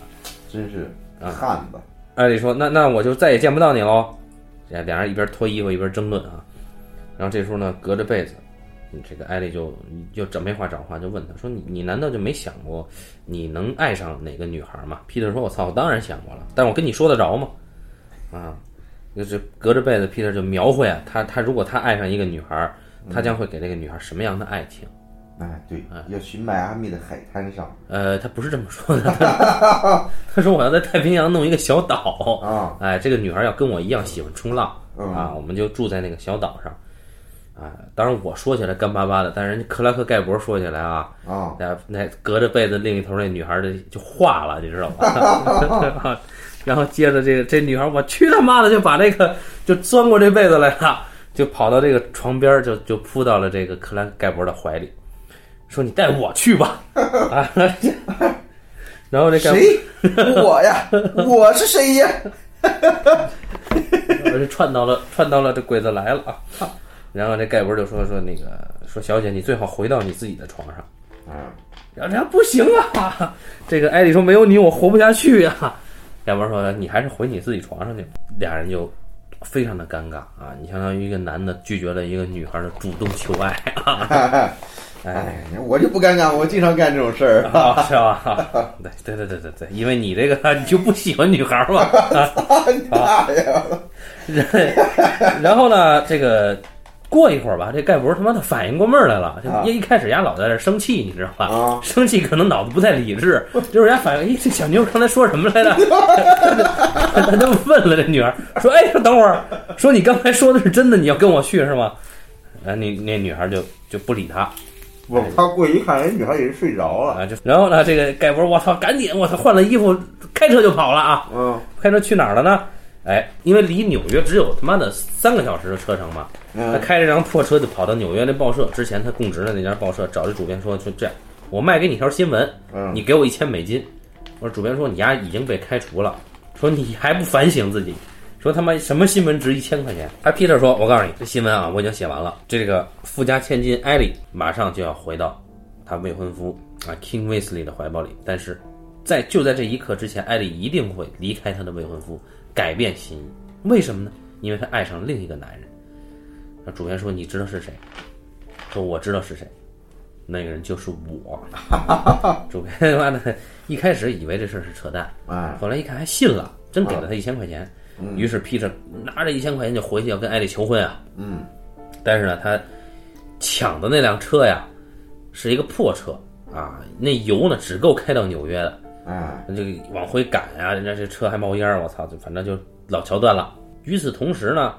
S2: 真是
S1: 啊
S2: 汉子，
S1: 艾丽说：“那那我就再也见不到你喽。”这俩人一边脱衣服一边争论啊。然后这时候呢，隔着被子，嗯这个艾丽就就找没话找话，就问他说你：“你难道就没想过你能爱上哪个女孩吗？”Peter 说：“我操，我当然想过了，但我跟你说得着吗？”啊，就是隔着被子，Peter 就描绘啊，他他如果他爱上一个女孩，他将会给这个女孩什么样的爱情？
S2: 哎对，要去迈阿密的海滩上
S1: 呃，他不是这么说的，他说我要在太平洋弄一个小岛，
S2: 啊，
S1: 哎，这个女孩要跟我一样喜欢冲浪
S2: 嗯
S1: 啊，我们就住在那个小岛上。啊，当然我说起来干巴巴的，但是人家克拉克盖博说起来啊，
S2: 啊
S1: 那那隔着被子另一头那女孩的就化了，你知道吧？ 然后接着这个这女孩，我去他妈的就把这个就钻过这被子来了，就跑到这个床边儿就就扑到了这个克拉克盖博的怀里，说你带我去吧 啊，然后这盖博
S2: 谁？我 呀，我是谁 呀？
S1: 我就串到了串到了这鬼子来了啊！然后这盖文就说说那个说小姐，你最好回到你自己的床上。
S2: 啊
S1: 然后这不行啊！这个艾丽说没有你我活不下去啊！盖文说你还是回你自己床上去吧。俩人就非常的尴尬啊！你相当于一个男的拒绝了一个女孩的主动求爱 啊！
S2: 哎，我就不尴尬，我经常干这种事 儿。
S1: 啊是吧？对对对对对对，因为你这个你就不喜欢女孩嘛。 啊
S2: 大哎呀！
S1: 然 然后呢，这个过一会儿吧，这盖博他妈的反应过味儿来了，
S2: 啊
S1: 就一开始丫老在这生气，你知道吧？
S2: 啊
S1: 生气可能脑子不太理 智，就是人家反应，咦，这小妞刚才说什么来着？他就问了这女孩，说，哎，说等会儿，说你刚才说的是真的，你要跟我去是吗？然后那那女孩就就不理他，
S2: 我怕过一看，人女孩已经睡着了。
S1: 啊，就然后呢，这个盖博，我操，赶紧，我操，换了衣服，开车就跑了啊！
S2: 嗯
S1: 开车去哪儿了呢？哎，因为离纽约只有他妈的三个小时的车程嘛，他
S2: 嗯
S1: 开着辆破车就跑到纽约那报社，之前他供职的那家报社找这主编说，就这样，我卖给你条新闻，
S2: 嗯
S1: 你给我一千美金。我说主编说你丫已经被开除了，说你还不反省自己，说他妈什么新闻值一千块钱？他 Peter 说，我告诉你，这新闻啊我已经写完了，这个富家千金艾莉马上就要回到她未婚夫啊 King Wesley 的怀抱里，但是在就在这一刻之前，艾莉一定会离开她的未婚夫，改变心意。为什么呢？因为她爱上另一个男人。那主编说：“你知道是谁？”说：“我知道是谁。”那个人就是我。主编 他妈的，一开始以为这事儿是扯淡，
S2: 哎
S1: 后来一看还信了，真给了他一千块钱。于是 Peter 拿着一千块钱就回去要跟艾丽求婚啊。
S2: 嗯
S1: 但是呢，他抢的那辆车呀，是一个破车啊，那油呢只够开到纽约的。
S2: 哎
S1: 那就往回赶啊，人家这车还冒烟儿，我操，就反正就老桥段了。与此同时呢，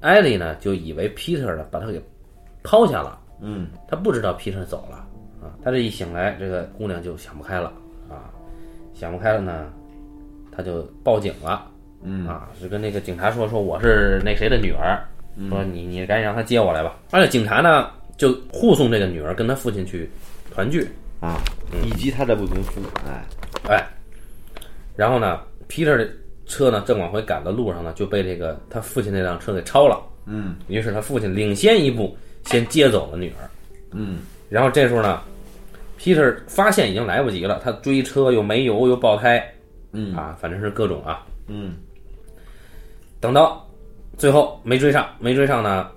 S1: 艾莉呢就以为 Peter 呢把他给抛下了，
S2: 嗯
S1: 她不知道 Peter 走了啊。她这一醒来，这个姑娘就想不开了啊，想不开了呢，她就报警了
S2: 嗯
S1: 啊，就跟那个警察说说我是那谁的女儿，说你你赶紧让她接我来吧。而且警察呢就护送这个女儿跟她父亲去团聚，
S2: 啊，以及他的未婚夫，哎
S1: 哎，然后呢，Peter 的车呢正往回赶的路上呢，就被这个他父亲那辆车给超了。
S2: 嗯
S1: 于是他父亲领先一步，先接走了女儿。
S2: 嗯
S1: 然后这时候呢， Peter 发现已经来不及了，他追车又没油又爆胎，
S2: 嗯
S1: 啊，反正是各种啊。
S2: 嗯
S1: 等到最后没追上，没追上呢，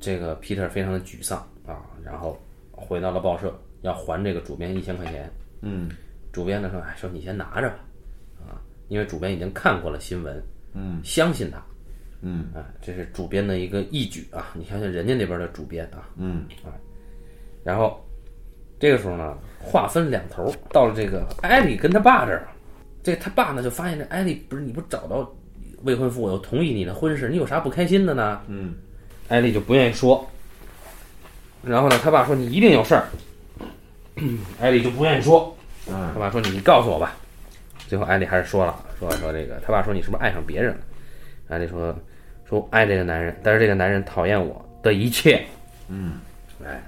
S1: 这个 Peter 非常的沮丧啊，然后回到了报社要还这个主编一千块钱。
S2: 嗯
S1: 主编呢说：“哎，说你先拿着吧，啊，因为主编已经看过了新闻，嗯，相信他，
S2: 嗯
S1: 啊，这是主编的一个义举啊，你想想人家那边的主编啊，
S2: 嗯
S1: 然后这个时候呢，话分两头，到了这个艾丽跟他爸这儿，这他爸呢就发现这艾丽不是你不找到未婚夫，我又同意你的婚事，你有啥不开心的呢？
S2: 嗯
S1: 艾丽就不愿意说。然后呢，他爸说你一定有事儿，艾丽就不愿意说。
S2: 啊
S1: 他爸说你告诉我吧。最后艾丽还是说了，说说这个，他爸说你是不是爱上别人了？艾丽说说我爱这个男人，但是这个男人讨厌我的一切。
S2: 嗯
S1: 哎，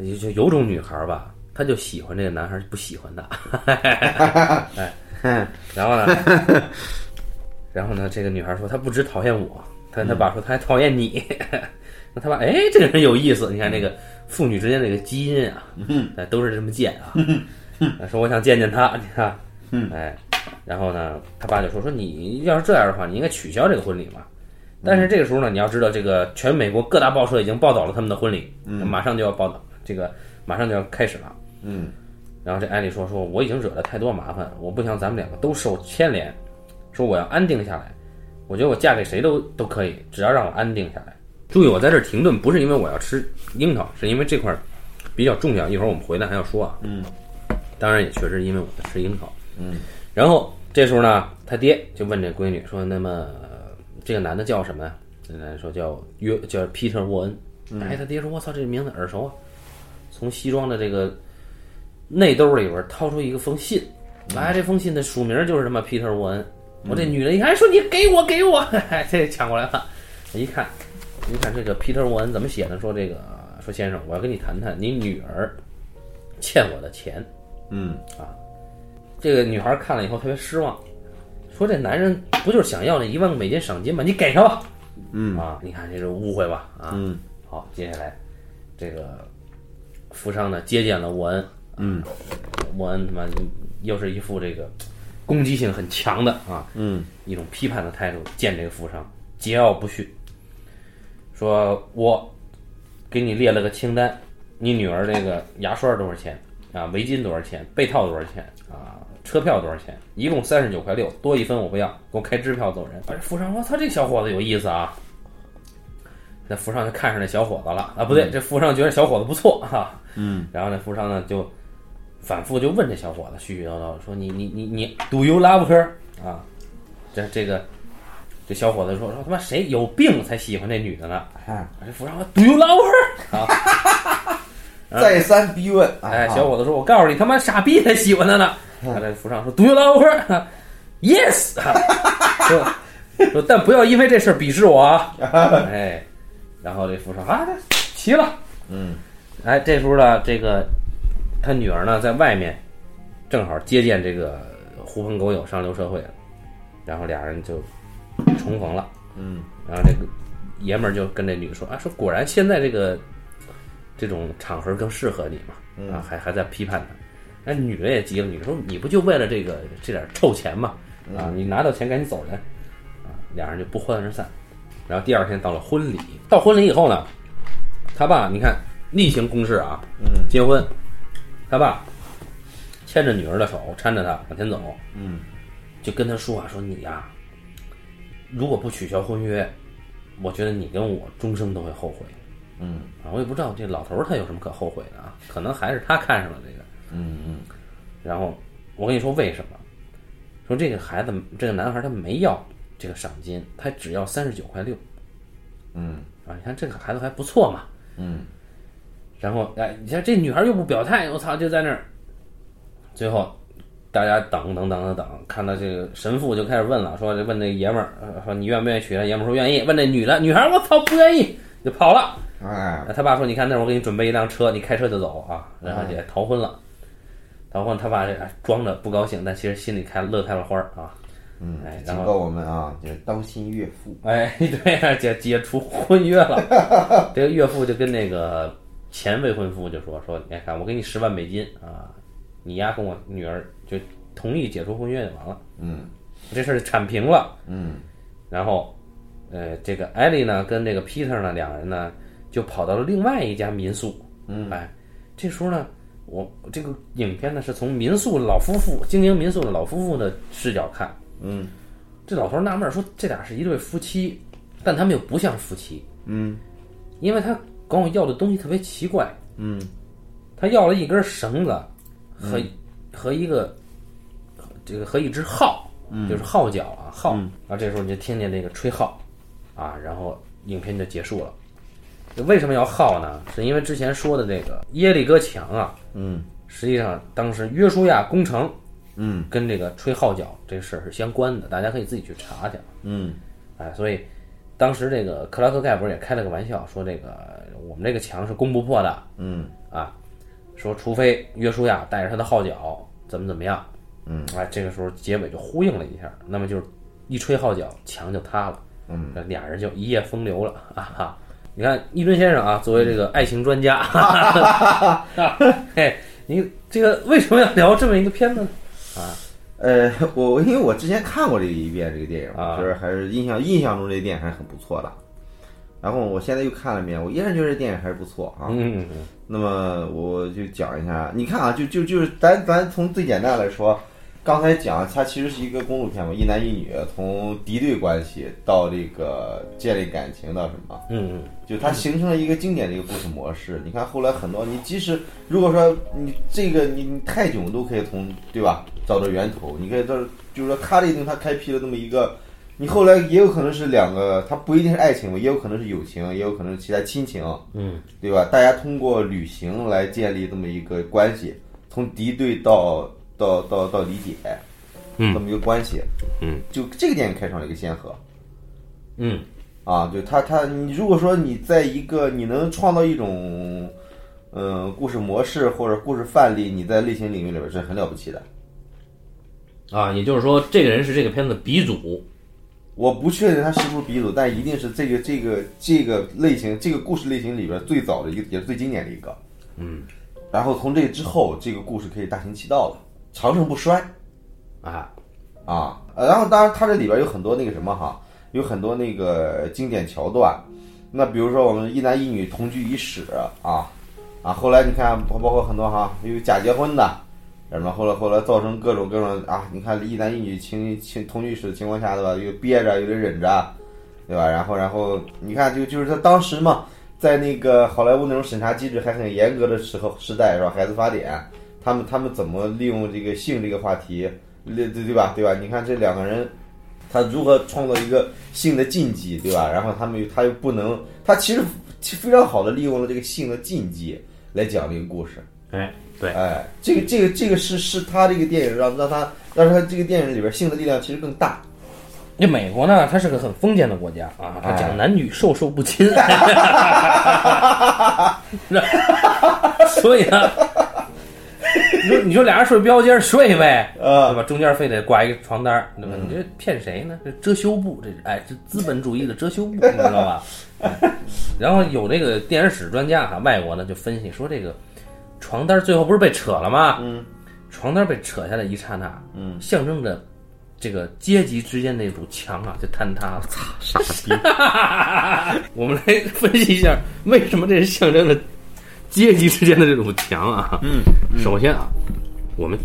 S1: 就就有种女孩儿吧，她就喜欢这个男孩儿，不喜欢他。哎，然后呢，然后呢，这个女孩儿说，她不只讨厌我，她她爸说，她还讨厌你。 那他爸，哎，这个人有意思。你看这个父女之间这个基因啊，哎，都是这么贱啊。说我想见见他，你 看，哎，然后呢，他爸就说说你要是这样的话，你应该取消这个婚礼嘛。但是这个时候呢，你要知道，这个全美国各大报社已经报道了他们的婚礼，马上就要报道，这个马上就要开始了。
S2: 嗯
S1: 然后这艾丽说：“说我已经惹了太多麻烦了，我不想咱们两个都受牵连，说我要安定下来。我觉得我嫁给谁都都可以，只要让我安定下来。注意，我在这儿停顿，不是因为我要吃樱桃，是因为这块儿比较重要，一会儿我们回来还要说啊。
S2: 嗯，
S1: 当然也确实因为我在吃樱桃。嗯，然后这时候呢，他爹就问这闺女说：‘那么呃这个男的叫什么呀？’这男的说叫约叫 Peter 沃恩。哎，他爹说：‘我操，这名字耳熟啊！’从西装的这个内兜里边掏出一个封信，哎，这封信的署名就是他妈 Peter 沃恩。我这女的一看，哎说你给我给我， 这抢过来了。一看，一看这个 Peter 沃恩怎么写的？说这个说先生，我要跟你谈谈你女儿欠我的钱。
S2: 嗯
S1: 这个女孩看了以后特别失望，说这男人不就是想要那一万个美金赏金吗？你给他吧。
S2: 嗯
S1: 啊，你看这是误会吧？啊，
S2: 嗯
S1: 好，接下来这个富商呢接见了沃恩，
S2: 嗯
S1: 沃恩他妈又是一副这个攻击性很强的啊
S2: 嗯
S1: 一种批判的态度见这个富商，桀骜不驯，说我给你列了个清单，你女儿这个牙刷多少钱啊，围巾多少钱，被套多少钱啊，车票多少钱，一共三十九块六，多一分我不要，给我开支票走人。而富商说：“操，啊这小伙子有意思啊！”那富商就看上这小伙子了啊，不对，这富商觉得小伙子不错哈、啊，
S2: 嗯，
S1: 然后那富商呢就反复就问这小伙子絮絮叨叨说你你你你 Do you love her 啊？这这个这小伙子说说他妈谁有病才喜欢这女的呢？
S2: 啊
S1: 这富商说 Do you love her 啊？
S2: 再三逼问，
S1: 哎，
S2: 啊嗯
S1: 小伙子说我告诉你他妈傻逼才喜欢她呢。啊，这富商说 Do you love her？Yes 啊。说说但不要因为这事儿鄙视我 啊！哎，然后这富商啊，这齐了。
S2: 嗯
S1: 哎，这时候呢，这个他女儿呢在外面，正好接见这个狐朋狗友上流社会了，然后俩人就重逢了。
S2: 嗯
S1: 然后这个爷们儿就跟这女说啊，说果然现在这个这种场合更适合你
S2: 嗯
S1: 嘛，啊，还还在批判他。那女的也急了，女的说你不就为了这个这点臭钱嘛，
S2: 嗯
S1: 啊，你拿到钱赶紧走人，啊，俩人就不欢而散。然后第二天到了婚礼，到婚礼以后呢，他爸你看例行公事啊，
S2: 嗯
S1: 结婚，他爸牵着女儿的手，搀着她往前走，
S2: 嗯
S1: 就跟他说啊，说你呀、如果不取消婚约，我觉得你跟我终生都会后悔
S2: 嗯
S1: 啊！我也不知道这老头儿他有什么可后悔的啊，可能还是他看上了这个。
S2: 嗯
S1: 然后我跟你说为什么？说这个孩子，这个男孩他没要这个赏金，他只要三十九块六
S2: 嗯
S1: 啊！你看这个孩子还不错嘛。
S2: 嗯
S1: 然后哎，你看这女孩又不表态，我操，就在那儿。最后，大家等等等等等，看到这个神父就开始问了，说问这爷们儿呃说你愿不愿意娶她？爷们儿说愿意。问这女的，女孩我操不愿意，就跑了。
S2: 哎
S1: 他爸说你看那会儿我给你准备一辆车，你开车就走啊，然后也逃婚了。逃婚，他爸这哎装着不高兴，但其实心里开乐开了花儿啊。
S2: 嗯
S1: 哎，然
S2: 警
S1: 后
S2: 告我们啊，就是当心岳父。
S1: 啊 哎，对呀、解解除婚约了。这个岳父就跟那个前未婚夫就说说，你看我给你十万美金啊，你丫跟我女儿就同意解除婚约就完了。
S2: 嗯
S1: 这事儿铲平了。
S2: 嗯
S1: 然后，呃，这个艾莉呢跟这个 Peter 呢两人呢就跑到了另外一家民宿。
S2: 嗯
S1: 哎，这时候呢，我这个影片呢是从民宿老夫妇经营民宿的老夫妇的视角看，
S2: 嗯
S1: 这老头儿纳闷儿说这俩是一对夫妻，但他们又不像夫妻，
S2: 嗯
S1: 因为他管我要的东西特别奇怪，
S2: 嗯
S1: 他要了一根绳子和、和一个这个和一只号，
S2: 嗯
S1: 就是号角啊号。然后这时候你就听见那个吹号啊，然后影片就结束了。这为什么要号呢？是因为之前说的这个耶利哥墙啊，
S2: 嗯
S1: 实际上当时约书亚攻城
S2: 嗯
S1: 跟这个吹号角这事儿是相关的，大家可以自己去查去。
S2: 嗯
S1: 哎，所以当时这个克拉克盖不是也开了个玩笑，说这个我们这个墙是攻不破的，
S2: 嗯
S1: 啊，说除非约书亚带着他的号角怎么怎么样，
S2: 嗯，
S1: 哎，这个时候结尾就呼应了一下，那么就是一吹号角，墙就塌了，
S2: 嗯，
S1: 俩人就一夜风流了啊哈。你看一吨先生啊，作为这个爱情专家， 嘿，哎你这个为什么要聊这么一个片子呢？
S2: 呃，我我因为我之前看过这一遍这个电影，
S1: 嗯啊
S2: 就是还是印象印象中这个电影还是很不错的。然后我现在又看了一遍，我依然觉得这电影还是不错啊。
S1: 嗯，
S2: 那么我就讲一下，你看啊，就就就是咱咱从最简单来说，刚才讲它其实是一个公路片嘛，一男一女从敌对关系到这个建立感情到什么，
S1: 嗯
S2: 就它形成了一个经典的一个故事模式。你看后来很多，你即使如果说你这个你你泰囧都可以从对吧找到源头，你可以到就是说他这一定他开辟了这么一个，你后来也有可能是两个，它不一定是爱情嘛，也有可能是友情，也有可能是其他亲情，
S1: 嗯
S2: 对吧？大家通过旅行来建立这么一个关系，从敌对到到到到理解，
S1: 嗯
S2: 这么一个关系，
S1: 嗯，
S2: 就这个电影开创了一个先河。
S1: 嗯
S2: 啊，就他他，你如果说你在一个你能创造一种，嗯、故事模式或者故事范例，你在类型领域里边是很了不起的。
S1: 嗯啊，也就是说，这个人是这个片子鼻祖。
S2: 我不确定他是不是鼻祖，但一定是这个这个这个类型这个故事类型里边最早的一个，也是最经典的一个。嗯，然后从这之后，这个故事可以大行其道了，长盛不衰。
S1: 啊，
S2: 啊，呃然后当然它这里边有很多那个什么哈，有很多那个经典桥段。那比如说我们一男一女同居一室啊啊，后来你看包包括很多哈，有假结婚的，什么后来后来造成各种各种啊，你看一男一女情情同居一室的情况下对吧，又憋着，有的忍着，对吧？然后然后你看就就是他当时嘛，在那个好莱坞那种审查机制还很严格的时候时代是吧？孩子法典，他们他们怎么利用这个性这个话题？对对对吧？对吧？你看这两个人，他如何创造一个性的禁忌，对吧？然后他们又他又不能，他其实其实非常好的利用了这个性的禁忌来讲这个故事。
S1: 哎，对，
S2: 哎，这个这个这个是是他这个电影让让他让他这个电影里边性的力量其实更大。
S1: 这美国呢，它是个很封建的国家啊，它
S2: 哎
S1: 讲男女授受不亲， 所以呢，你说你说俩人睡标间儿睡呗，对
S2: 呃，
S1: 吧？中间非得挂一个床单儿，对吧？你这骗谁呢？这遮羞布，这哎，这资本主义的遮羞布，你知道吧？哎然后有这个电影史专家哈、外国呢就分析说，这个床单儿最后不是被扯了吗？
S2: 嗯，
S1: 床单被扯下来一刹那，
S2: 嗯，
S1: 象征着这个阶级之间那堵墙啊就坍塌了。操，傻逼！ 我们来分析一下为什么这是象征着阶级之间的这种墙啊。嗯，首先啊，我们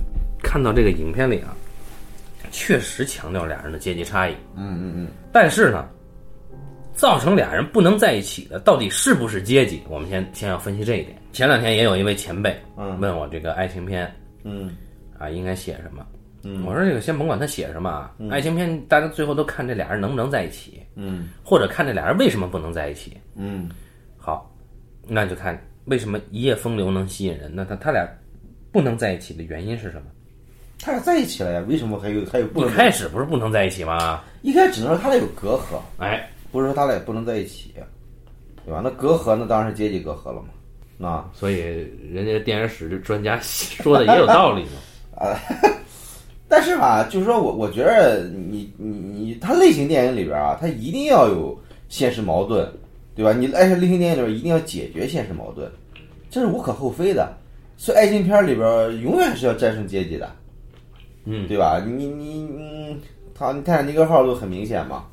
S1: 看到这个影片里啊，确实强调俩人的阶级差异，
S2: 嗯嗯嗯，
S1: 但是呢。造成俩人不能在一起的，到底是不是阶级？我们先先要分析这一点。前两天也有一位前辈
S2: 嗯
S1: 问我这个爱情片
S2: 嗯
S1: 啊，应该写什么？我说这个先甭管他写什么啊，爱情片大家最后都看这俩人能不能在一起，
S2: 嗯
S1: 或者看这俩人为什么不能在一起。
S2: 嗯
S1: 好，那就看为什么一夜风流能吸引人。那他他俩不能在一起的原因是什么？
S2: 他俩在一起了呀？为什么还有还有不
S1: 一
S2: 能？
S1: 开始不是不能在一起吗？
S2: 一开始只能说他俩有隔阂，
S1: 哎，
S2: 不是说他俩不能在一起，对吧？那隔阂那当然是阶级隔阂了嘛。那
S1: 所以人家电影史专家 说的也有道理嘛。
S2: 但是吧，就是说我我觉得你你你，它类型电影里边啊，它一哎定要有现实矛盾，对吧？你而且类型电影里边一定要解决现实矛盾，这是无可厚非的。所以爱情片里边儿永远是要战胜阶级的，
S1: 嗯，
S2: 对吧？你你嗯，他泰坦尼克号就很明显嘛，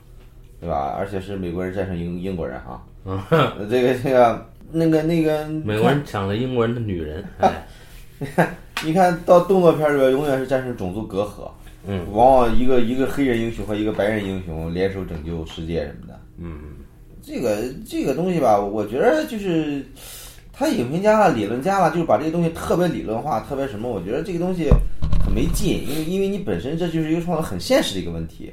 S2: 对吧？而且是美国人战胜英英国人哈、呃这个这个那个那个
S1: 嗯美国人抢了英国人的女人， 哎，
S2: 你看到动作片里边，永远是战胜种族隔阂，
S1: 嗯，
S2: 往往一个一个黑人英雄和一个白人英雄联手拯救世界什么的，
S1: 嗯
S2: 这个这个东西吧，我觉得就是他影评家了、理论家了，就是把这个东西特别理论化、特别什么，我觉得这个东西很没劲，因为因为你本身这就是一个创造很现实的一个问题，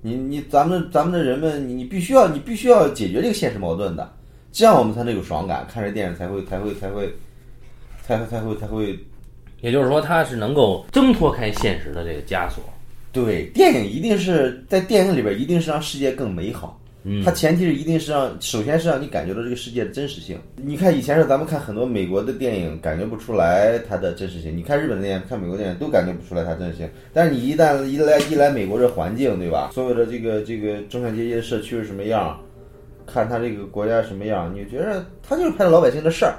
S2: 你你咱们咱们的人们，你你必须要你必须要解决这个现实矛盾的，这样我们才能有爽感，看这电影才会才会才会才会才会才会
S1: 也就是说他是能够挣脱开现实的这个枷锁，
S2: 对，电影一定是在电影里边，一定是让世界更美好。
S1: 嗯
S2: 它前提是一定是让，首先是让你感觉到这个世界的真实性。你看以前是咱们看很多美国的电影，感觉不出来它的真实性。你看日本的电影，看美国电影都感觉不出来它真实性。但是你一旦一来一来美国这环境，对吧？所有的这个这个中产阶级的社区是什么样，看他这个国家是什么样，你觉得他就是拍的老百姓的事儿。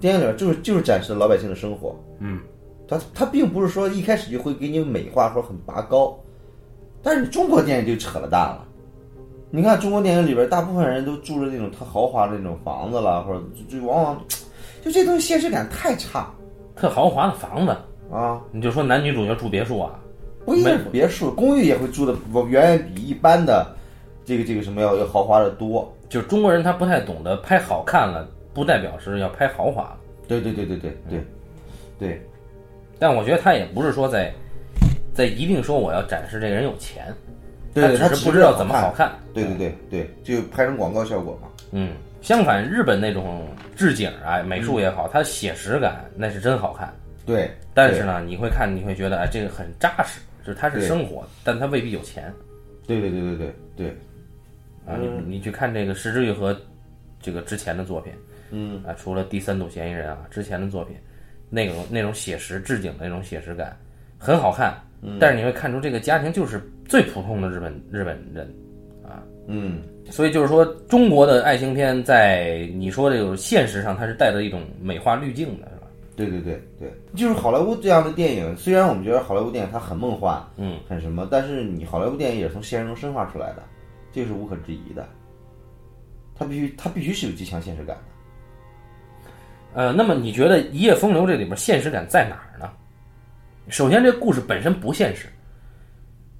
S2: 电影里边就是就是展示了老百姓的生活。
S1: 嗯，
S2: 它它并不是说一开始就会给你美化或者很拔高，但是你中国电影就扯了淡了。你看中国电影里边，大部分人都住着那种特豪华的那种房子了，或者就就往往就这东西现实感太差
S1: 特豪华的房子，
S2: 啊！
S1: 你就说男女主角住别墅啊，
S2: 不一定是别墅，公寓也会住的远远比一般的这个这个什么要要豪华的多。
S1: 就中国人他不太懂得拍好看了，不代表是要拍豪华了。
S2: 对对对对对对对，
S1: 但我觉得他也不是说在在一定说我要展示这个人有钱，
S2: 对对
S1: 他
S2: 他
S1: 只
S2: 只
S1: 是
S2: 是
S1: 不知道怎么
S2: 好
S1: 好看。
S2: 对对对对，就拍成广告效果嘛。
S1: 嗯，相反，日本那种置景啊，美术也好，它写实感那是真好看。
S2: 对，
S1: 但是呢，你会看，你会觉得哎，这个很扎实，就是它是
S2: 对
S1: 生活，但它未必有钱
S2: 对对对对对对，
S1: 啊。你你去看这个石之予和这个之前的作品
S2: 嗯，
S1: 啊，除了《第三度嫌疑人》啊，之前的作品，那种那种写实置景的那种写实感很好看，但是你会看出这个家庭就是最普通的日本日本人。
S2: 嗯，
S1: 所以就是说，中国的爱情片在你说这种现实上，它是带着一种美化滤镜的，是吧？
S2: 对对对对，就是好莱坞这样的电影，虽然我们觉得好莱坞电影它很梦幻，
S1: 嗯，
S2: 很什么，但是你好莱坞电影也是从现实中深化出来的，这个是无可置疑的。它必须它必须是有极强现实感的。
S1: 呃，那么你觉得《一夜风流》这里边现实感在哪儿呢？首先，这故事本身不现实，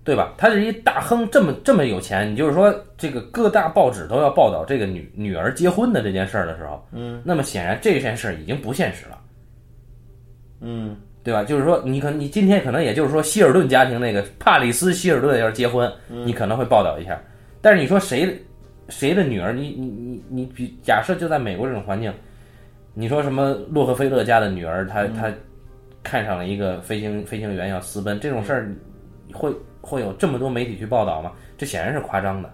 S1: 对吧？他是一大亨，这么这么有钱，你就是说，这个各大报纸都要报道这个女女儿结婚的这件事儿的时候，嗯，那么显然这件事儿已经不现实了，
S2: 嗯，
S1: 对吧？就是说，你可你今天可能也就是说希尔顿家庭那个帕里斯希尔顿要是结婚，你可能会报道一下。但是你说谁谁的女儿，你你你你比假设就在美国这种环境，你说什么洛克菲勒家的女儿，她她看上了一个飞行飞行员要私奔这种事儿，会会有这么多媒体去报道吗？这显然是夸张的。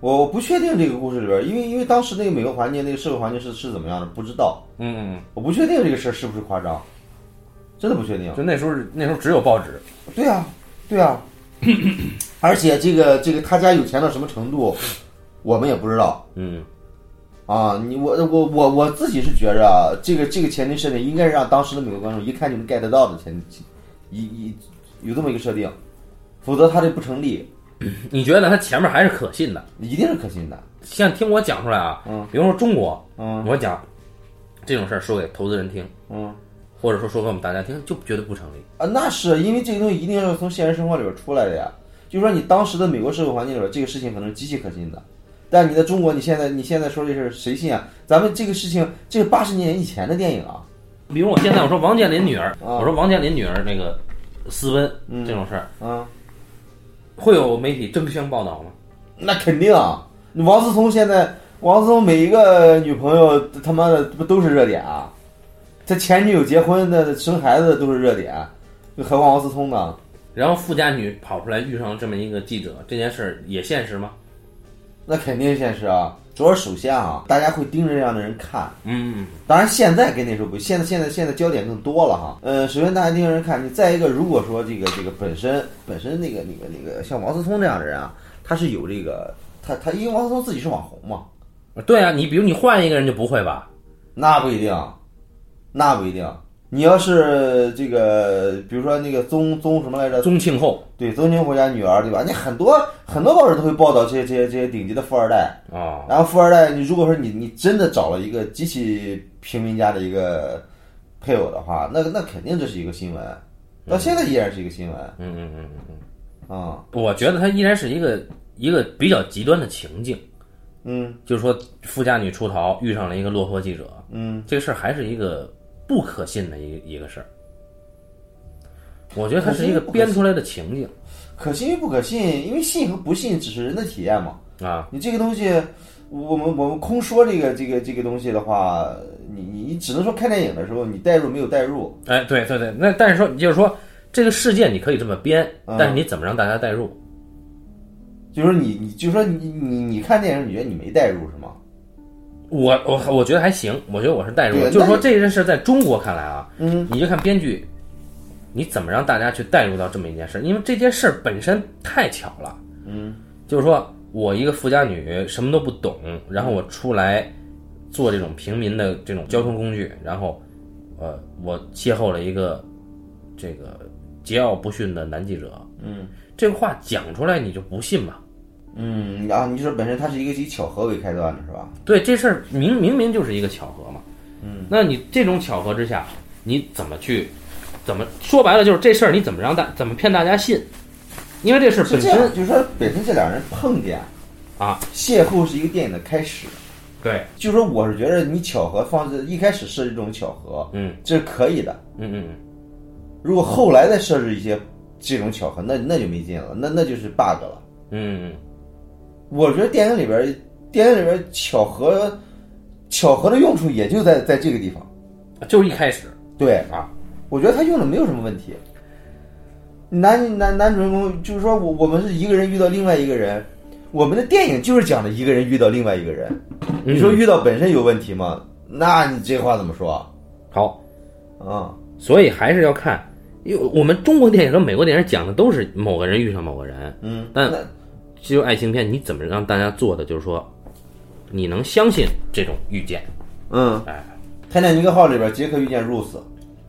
S2: 我我不确定这个故事里边，因为因为当时那个美国环境那个社会环境是是怎么样的，不知道，
S1: 嗯，
S2: 我不确定这个事儿是不是夸张，真的不确定。
S1: 嗯就那时候那时候只有报纸，
S2: 对啊，对啊，而且这个这个他家有钱到什么程度，我们也不知道。
S1: 嗯，
S2: 啊，你我我我我自己是觉着啊这个这个前提设定应该是让当时的美国观众一看就能 get 到的前提，一一有这么一个设定，否则它这不成立，
S1: 嗯你觉得它前面还是可信的？
S2: 一定是可信的。
S1: 像听我讲出来啊，
S2: 嗯，
S1: 比如说中国，
S2: 嗯
S1: 我讲这种事儿说给投资人听，
S2: 嗯
S1: 或者说说给我们大家听，就绝对不成立。
S2: 啊，那是因为这个东西一定是从现实生活里边出来的呀。就是说，你当时的美国社会环境里边，这个事情可能是极其可信的，但你在中国，你现在你现在说这事儿谁信啊？咱们这个事情，这是八十年以前的电影啊。
S1: 比如我现在我说王健林女儿，
S2: 啊
S1: 我说王健林女儿那个私奔这种事儿，
S2: 嗯，
S1: 会有媒体争相报道吗？
S2: 那肯定啊！王思聪现在，王思聪每一个女朋友，他妈的不都是热点啊？他前女友结婚的、生孩子的都是热点，何况王思聪呢？
S1: 然后富家女跑出来遇上了这么一个记者，这件事儿也现实吗？
S2: 那肯定现实啊！主要是首先啊，大家会盯着这样的人看。
S1: 嗯，
S2: 当然，现在跟那时候不，现在现在现在焦点更多了哈。呃，首先大家盯着人看，你再一个，如果说这个这个本身本身那个那个那个像王思聪这样的人啊，他是有这个他他因为王思聪自己是网红嘛，
S1: 对啊，你比如你换一个人就不会吧？
S2: 那不一定，那不一定。你要是这个，比如说那个宗宗什么来着？
S1: 宗庆后
S2: 对，宗庆侯家女儿，对吧？你很多很多报纸都会报道这些这些这些顶级的富二代。
S1: 啊，
S2: 然后富二代，你如果说你你真的找了一个极其平民家的一个配偶的话，那那肯定这是一个新闻，到现在依然是一个新闻啊、
S1: 嗯嗯嗯嗯，我觉得它依然是一个一个比较极端的情境，
S2: 嗯
S1: 就是说富家女出逃遇上了一个落魄记者，
S2: 嗯，
S1: 这个事儿还是一个不可信的一一个事儿。我觉得它是一个编出来的情景
S2: 可信与不可信，因为信和不信只是人的体验嘛。
S1: 啊，
S2: 你这个东西，我们我们空说这个这个这个东西的话，你你你只能说看电影的时候你代入没有代入，
S1: 哎，对对对，那但是说，也就是说，这个事件你可以这么编，
S2: 嗯
S1: 但是你怎么让大家代入？
S2: 就是说你你就说你你你看电影，你觉得你没代入是吗？
S1: 我我我觉得还行，我觉得我是代入的，
S2: 对
S1: 就是说
S2: 那
S1: 这件事在中国看来啊，
S2: 嗯，
S1: 你就看编剧，你怎么让大家去代入到这么一件事儿？因为这件事儿本身太巧了，
S2: 嗯，
S1: 就是说我一个富家女什么都不懂，然后我出来做这种平民的这种交通工具，然后呃，我邂逅了一个这个桀骜不驯的男记者，
S2: 嗯，
S1: 这个话讲出来你就不信嘛？
S2: 嗯，然后你就说本身它是一个以巧合为开端的是吧？
S1: 对，这事儿明明明就是一个巧合嘛。嗯，那你这种巧合之下，你怎么去，怎么说白了就是这事儿你怎么让大怎么骗大家信？因为这事儿
S2: 是
S1: 本
S2: 这样
S1: 身，
S2: 就是说本身这两人碰见
S1: 啊，
S2: 邂逅是一个电影的开始。
S1: 对，
S2: 就是说，我是觉得你巧合放在一开始设置这种巧合，
S1: 嗯
S2: 这是可以的。
S1: 嗯嗯
S2: 如果后来再设置一些这种巧合，那那就没劲了，那那就是 bug 了。
S1: 嗯嗯
S2: 我觉得电影里边儿，电影里边儿巧合，巧合的用处也就在在这个地方。
S1: 嗯，就是一开始
S2: 对
S1: 啊，
S2: 我觉得他用的没有什么问题。男男男主人公就是说我我们是一个人遇到另外一个人，我们的电影就是讲的一个人遇到另外一个人。
S1: 嗯
S2: 你说遇到本身有问题吗？那你这话怎么说啊？
S1: 好，
S2: 啊，
S1: 所以还是要看，因为我们中国电影和美国电影讲的都是某个人遇上某个人，
S2: 嗯，
S1: 但
S2: 那
S1: 这就是爱情片，你怎么让大家做的就是说，你能相信这种遇见，
S2: 嗯，
S1: 哎，
S2: 《泰坦尼克号》里边杰克遇见 Rose，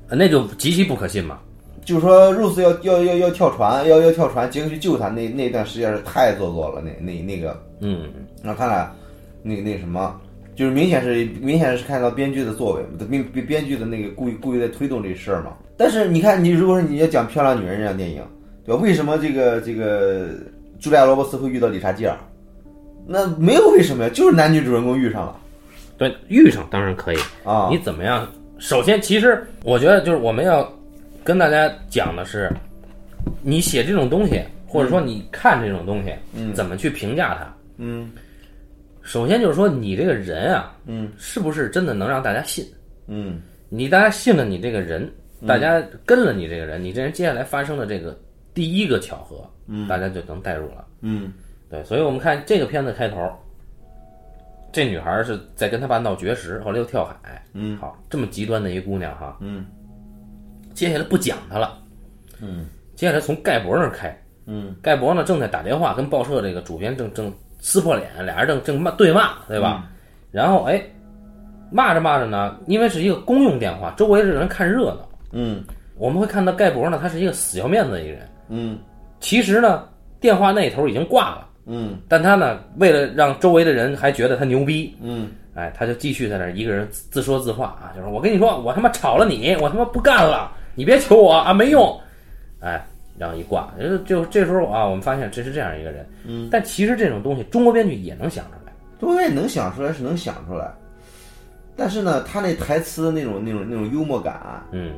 S1: 呃那就极其不可信嘛。
S2: 就是说 Rose 要要要要跳船，要要跳船，杰克去救他那那段实在是太做作了，那那那个
S1: 嗯，
S2: 那他俩那那什么，就是明显是明显是看到编剧的作为，编编编剧的那个故意故意在推动这事儿嘛。但是你看，你如果说你要讲《漂亮女人》这样电影，对吧？为什么这个这个茱莉亚·罗伯茨会遇到理查基尔？那没有为什么呀，就是男女主人公遇上了
S1: 对，遇上当然可以。
S2: 啊。
S1: 你怎么样？首先，其实我觉得就是我们要跟大家讲的是，你写这种东西，或者说你看这种东西，
S2: 嗯
S1: 怎么去评价它？
S2: 嗯
S1: 首先就是说，你这个人啊，
S2: 嗯
S1: 是不是真的能让大家信？
S2: 嗯
S1: 你大家信了你这个人，大家跟了你这个人，你这人接下来发生的这个第一个巧合，大家就能代入了。
S2: 嗯
S1: 对，所以我们看这个片子开头，这女孩是在跟她爸闹绝食，后来又跳海。
S2: 嗯
S1: 好，这么极端的一姑娘哈，
S2: 嗯
S1: 接下来不讲她了，
S2: 嗯，
S1: 接下来从盖博那儿开，
S2: 嗯
S1: 盖博呢正在打电话跟报社这个主编正正撕破脸，俩人正正骂对骂，对吧？
S2: 嗯
S1: 然后哎，骂着骂着呢，因为是一个公用电话，周围的人看热闹，
S2: 嗯
S1: 我们会看到盖博呢，他是一个死要面子的一个人，
S2: 嗯
S1: 其实呢，电话那头已经挂了，
S2: 嗯
S1: 但他呢为了让周围的人还觉得他牛逼，
S2: 嗯
S1: 哎，他就继续在那儿一个人自自说自话啊，就是我跟你说，我他妈炒了你，我他妈不干了，你别求我啊，没用。哎，然后一挂，就就这时候啊，我们发现这是这样一个人。
S2: 嗯，
S1: 但其实这种东西，中国编剧也能想出来。
S2: 中国人能想出来是能想出来，但是呢，他那台词的那种那种那种幽默感、啊
S1: 嗯，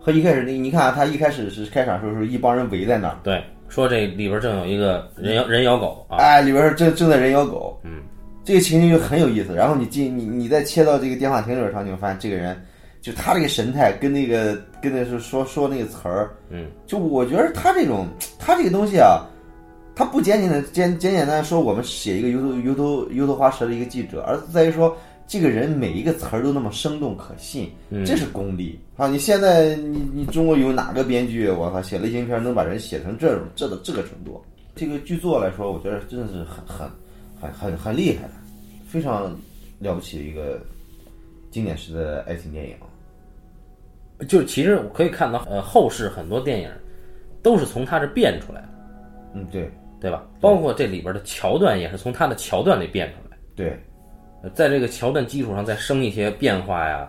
S2: 和一开始那你看啊、他一开始是开场时候是一帮人围在那儿，
S1: 对，说这里边正有一个人咬人咬狗啊，
S2: 哎，里边儿正正在人咬狗，
S1: 嗯，
S2: 这个情景就很有意思。然后你进你你再切到这个电话亭里边儿场景，发现这个人就他这个神态跟那个跟那是说说那个词儿，
S1: 嗯，
S2: 就我觉得他这种他这个东西啊，他不简简单简简简单单说我们写一个油头油头油头花舌的一个记者，而在于说。这个人每一个词儿都那么生动可信，
S1: 嗯
S2: 这是功力啊！你现在你你中国有哪个编剧，我操，写类型片儿能把人写成这种这的这个程度？啊这个剧作来说，我觉得真的是很很很很很厉害的，非常了不起的一个经典式的爱情电影。
S1: 就是其实我可以看到，呃，后世很多电影都是从他这变出来的，
S2: 嗯，对
S1: 对吧？包括这里边的桥段也是从他的桥段里变出来
S2: 对，
S1: 的，呃在这个桥段基础上再生一些变化呀，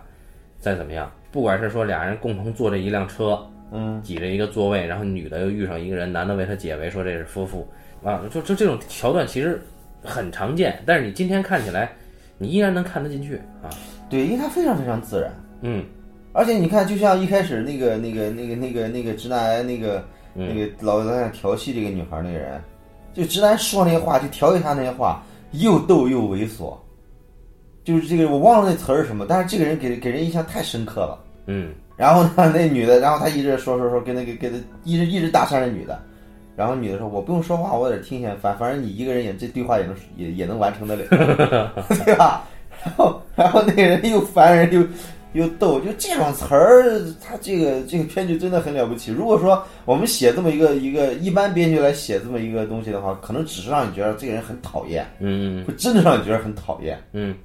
S1: 再怎么样，不管是说俩人共同坐着一辆车，
S2: 嗯，
S1: 挤着一个座位，然后女的又遇上一个人，男的为她解围，说这是夫妇啊，就就这种桥段其实很常见，但是你今天看起来，你依然能看得进去啊，
S2: 对，因为它非常非常自然。
S1: 嗯，
S2: 而且你看，就像一开始那个、那个、那个、那个、那个直男癌那个、那个老在那调戏这个女孩那个人，就直男说那些话，就调戏她那些话，又逗又猥琐，就是这个我忘了那词儿是什么，但是这个人给给人印象太深刻了。
S1: 嗯，
S2: 然后呢，那女的，然后她一直说说说，跟那个跟那一直一直搭讪那女的，然后女的说：“我不用说话，我在这听一下，反反正你一个人也这对话也能也也能完成得了， 对吧？”然后然后那个人又烦人又又逗，就这种词儿，他这个这个编剧真的很了不起。如果说我们写这么一个一个一般编剧来写这么一个东西的话，可能只是让你觉得这个人很讨厌，
S1: 嗯
S2: 会真的让你觉得很讨厌，
S1: 嗯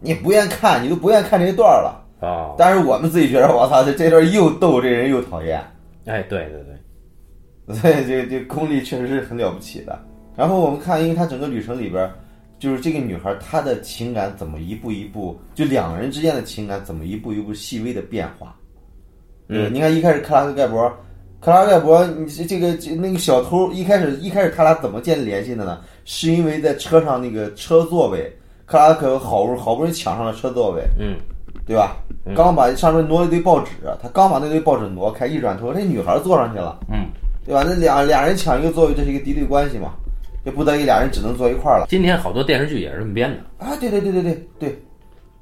S2: 你也不愿看，你都不愿看这一段儿了。
S1: 嗯，哦，
S2: 但是我们自己觉得，我操，这这段又逗，这人又讨厌，
S1: 哎，对对对，
S2: 所以这这功力确实是很了不起的。然后我们看，因为他整个旅程里边儿，就是这个女孩她的情感怎么一步一步，就两人之间的情感怎么一步一步细微的变化。对吧，你看一开始克拉克盖博，克拉克盖博，你这这个这那个小偷一开始一开始他俩怎么建立联系的呢？是因为在车上那个车座位，克拉克好不好不容易抢上了车座位，
S1: 嗯
S2: 对吧？刚把上面挪了一堆报纸，他刚把那堆报纸挪开，一转头，那女孩坐上去了，
S1: 嗯，
S2: 对吧？那俩俩人抢一个座位，这是一个敌对关系嘛，就不得已俩人只能坐一块儿了。
S1: 今天好多电视剧也是这么编的，
S2: 啊，对对对对对对，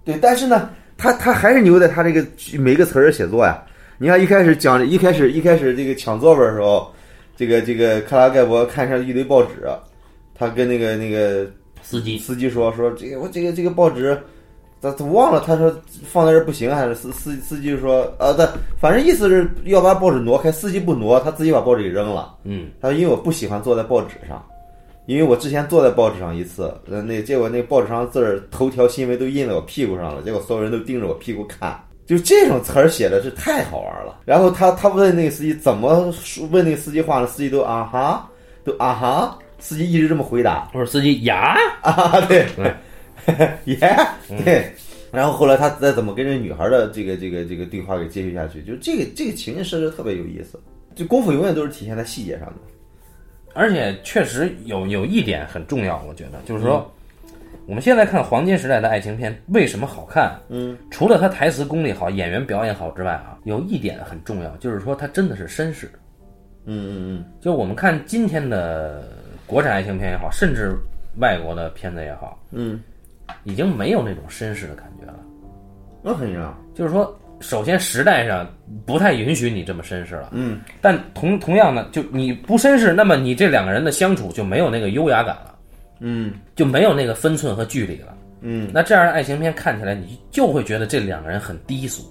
S2: 对，但是呢，他他还是牛在他这个每个词儿的写作呀。你看一开始讲，一开始一开始这个抢座位的时候，这个这个克拉盖博看上一堆报纸，他跟那个那个
S1: 司机，
S2: 司机说说这个我这个这个报纸，他他忘了，他说放在这儿不行，还是司司司机说啊，他反正意思是要把报纸挪开，司机不挪，他自己把报纸给扔了。
S1: 嗯
S2: 他说因为我不喜欢坐在报纸上，因为我之前坐在报纸上一次，呃那结果那报纸上字儿头条新闻都印在我屁股上了，结果所有人都盯着我屁股看。就这种词儿写的是太好玩了。然后他他问那个司机怎么说问那个司机话呢？司机都啊哈，都啊哈，司机一直这么回答。
S1: 我说司机呀，
S2: 啊，对， 耶，对。然后后来他再怎么跟这女孩的这个这个这个对话给接续下去，就这个这个情节设置得特别有意思。就功夫永远都是体现在细节上的。
S1: 而且确实有有一点很重要，我觉得就是说，我们现在看黄金时代的爱情片为什么好看？嗯，除了他台词功力好、演员表演好之外啊，有一点很重要，就是说他真的是绅士。
S2: 嗯嗯
S1: 就我们看今天的国产爱情片也好，甚至外国的片子也好，
S2: 嗯，
S1: 已经没有那种绅士的感觉了。
S2: 嗯，那很正常。
S1: 就是说，首先时代上不太允许你这么绅士了，
S2: 嗯，
S1: 但同同样呢，就你不绅士，那么你这两个人的相处就没有那个优雅感了。
S2: 嗯
S1: 就没有那个分寸和距离了。
S2: 嗯，
S1: 那这样的爱情片看起来，你就会觉得这两个人很低俗。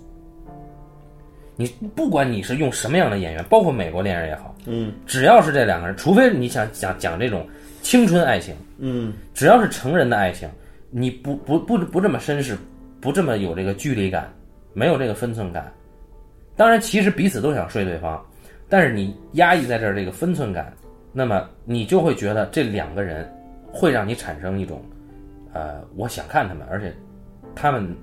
S1: 你不管你是用什么样的演员，包括美国恋人也好，
S2: 嗯
S1: 只要是这两个人，除非你想想讲这种青春爱情，
S2: 嗯
S1: 只要是成人的爱情，你不不不不这么绅士，不这么有这个距离感，没有这个分寸感。当然，其实彼此都想睡对方，但是你压抑在这儿这个分寸感，那么你就会觉得这两个人会让你产生一种，呃，我想看他们，而且他们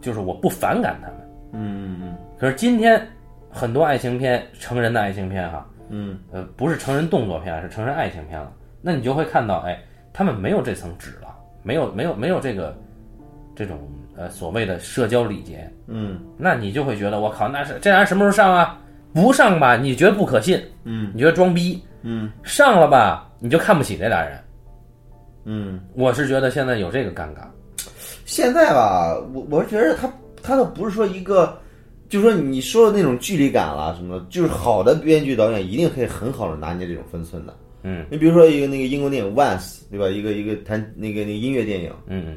S1: 就是我不反感他们。
S2: 嗯嗯
S1: 可是今天很多爱情片，成人的爱情片哈、
S2: 嗯
S1: 呃，不是成人动作片，是成人爱情片了。那你就会看到，哎，他们没有这层纸了，没有没有没有这个这种呃所谓的社交礼节，
S2: 嗯
S1: 那你就会觉得我靠，那是这俩人什么时候上啊？不上吧，你觉得不可信，
S2: 嗯，
S1: 你觉得装逼；
S2: 嗯
S1: 上了吧，你就看不起这俩人。
S2: 嗯。
S1: 我是觉得现在有这个尴尬，
S2: 现在吧，我我觉得他他倒不是说一个，就说你说的那种距离感啦什么的，就是好的编剧导演一定可以很好的拿捏这种分寸的。
S1: 嗯
S2: 你比如说一个那个英国电影《Once》，对吧？一个一个弹那个那个音乐电影，
S1: 嗯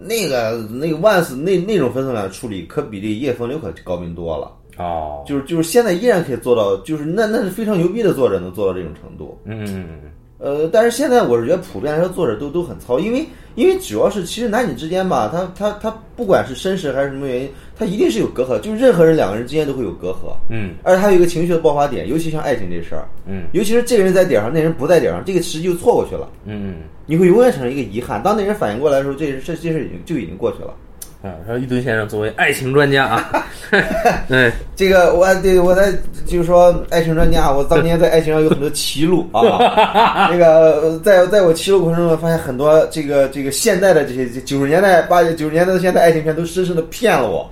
S2: 那个那个《Once 那》那种分寸感的处理，可比这《夜风流》可高明多了。
S1: 嗯，哦，
S2: 就是就是现在依然可以做到，就是那那是非常牛逼的作者能做到这种程度。
S1: 嗯嗯嗯嗯
S2: 呃，但是现在我是觉得普遍来说作者都都很糙，因为因为主要是其实男女之间吧，他他他不管是身世还是什么原因，他一定是有隔阂，就是任何人两个人之间都会有隔阂，
S1: 嗯
S2: 而且他有一个情绪的爆发点，尤其像爱情这事儿，
S1: 嗯
S2: 尤其是这个人在点儿上，那人不在点儿上，这个时机就错过去了，
S1: 嗯
S2: 你会永远产生一个遗憾。当那人反应过来的时候，这事这事已经就已经过去了。
S1: 嗯，啊，说一吨先生作为爱情专家 啊， 对，
S2: 这个我对我在就是说爱情专家，我当年在爱情上有很多歧路啊。那个呃在在我歧路过程中，发现很多这个这个现在的这些九十年代八九十年代到现在爱情片都深深的骗了我。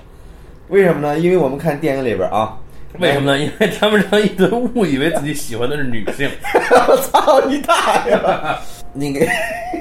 S2: 为什么呢？因为我们看电影里边啊，
S1: 为什么呢？因 为他们让一吨误以为自己喜欢的是女 性，
S2: 我操你大爷！那个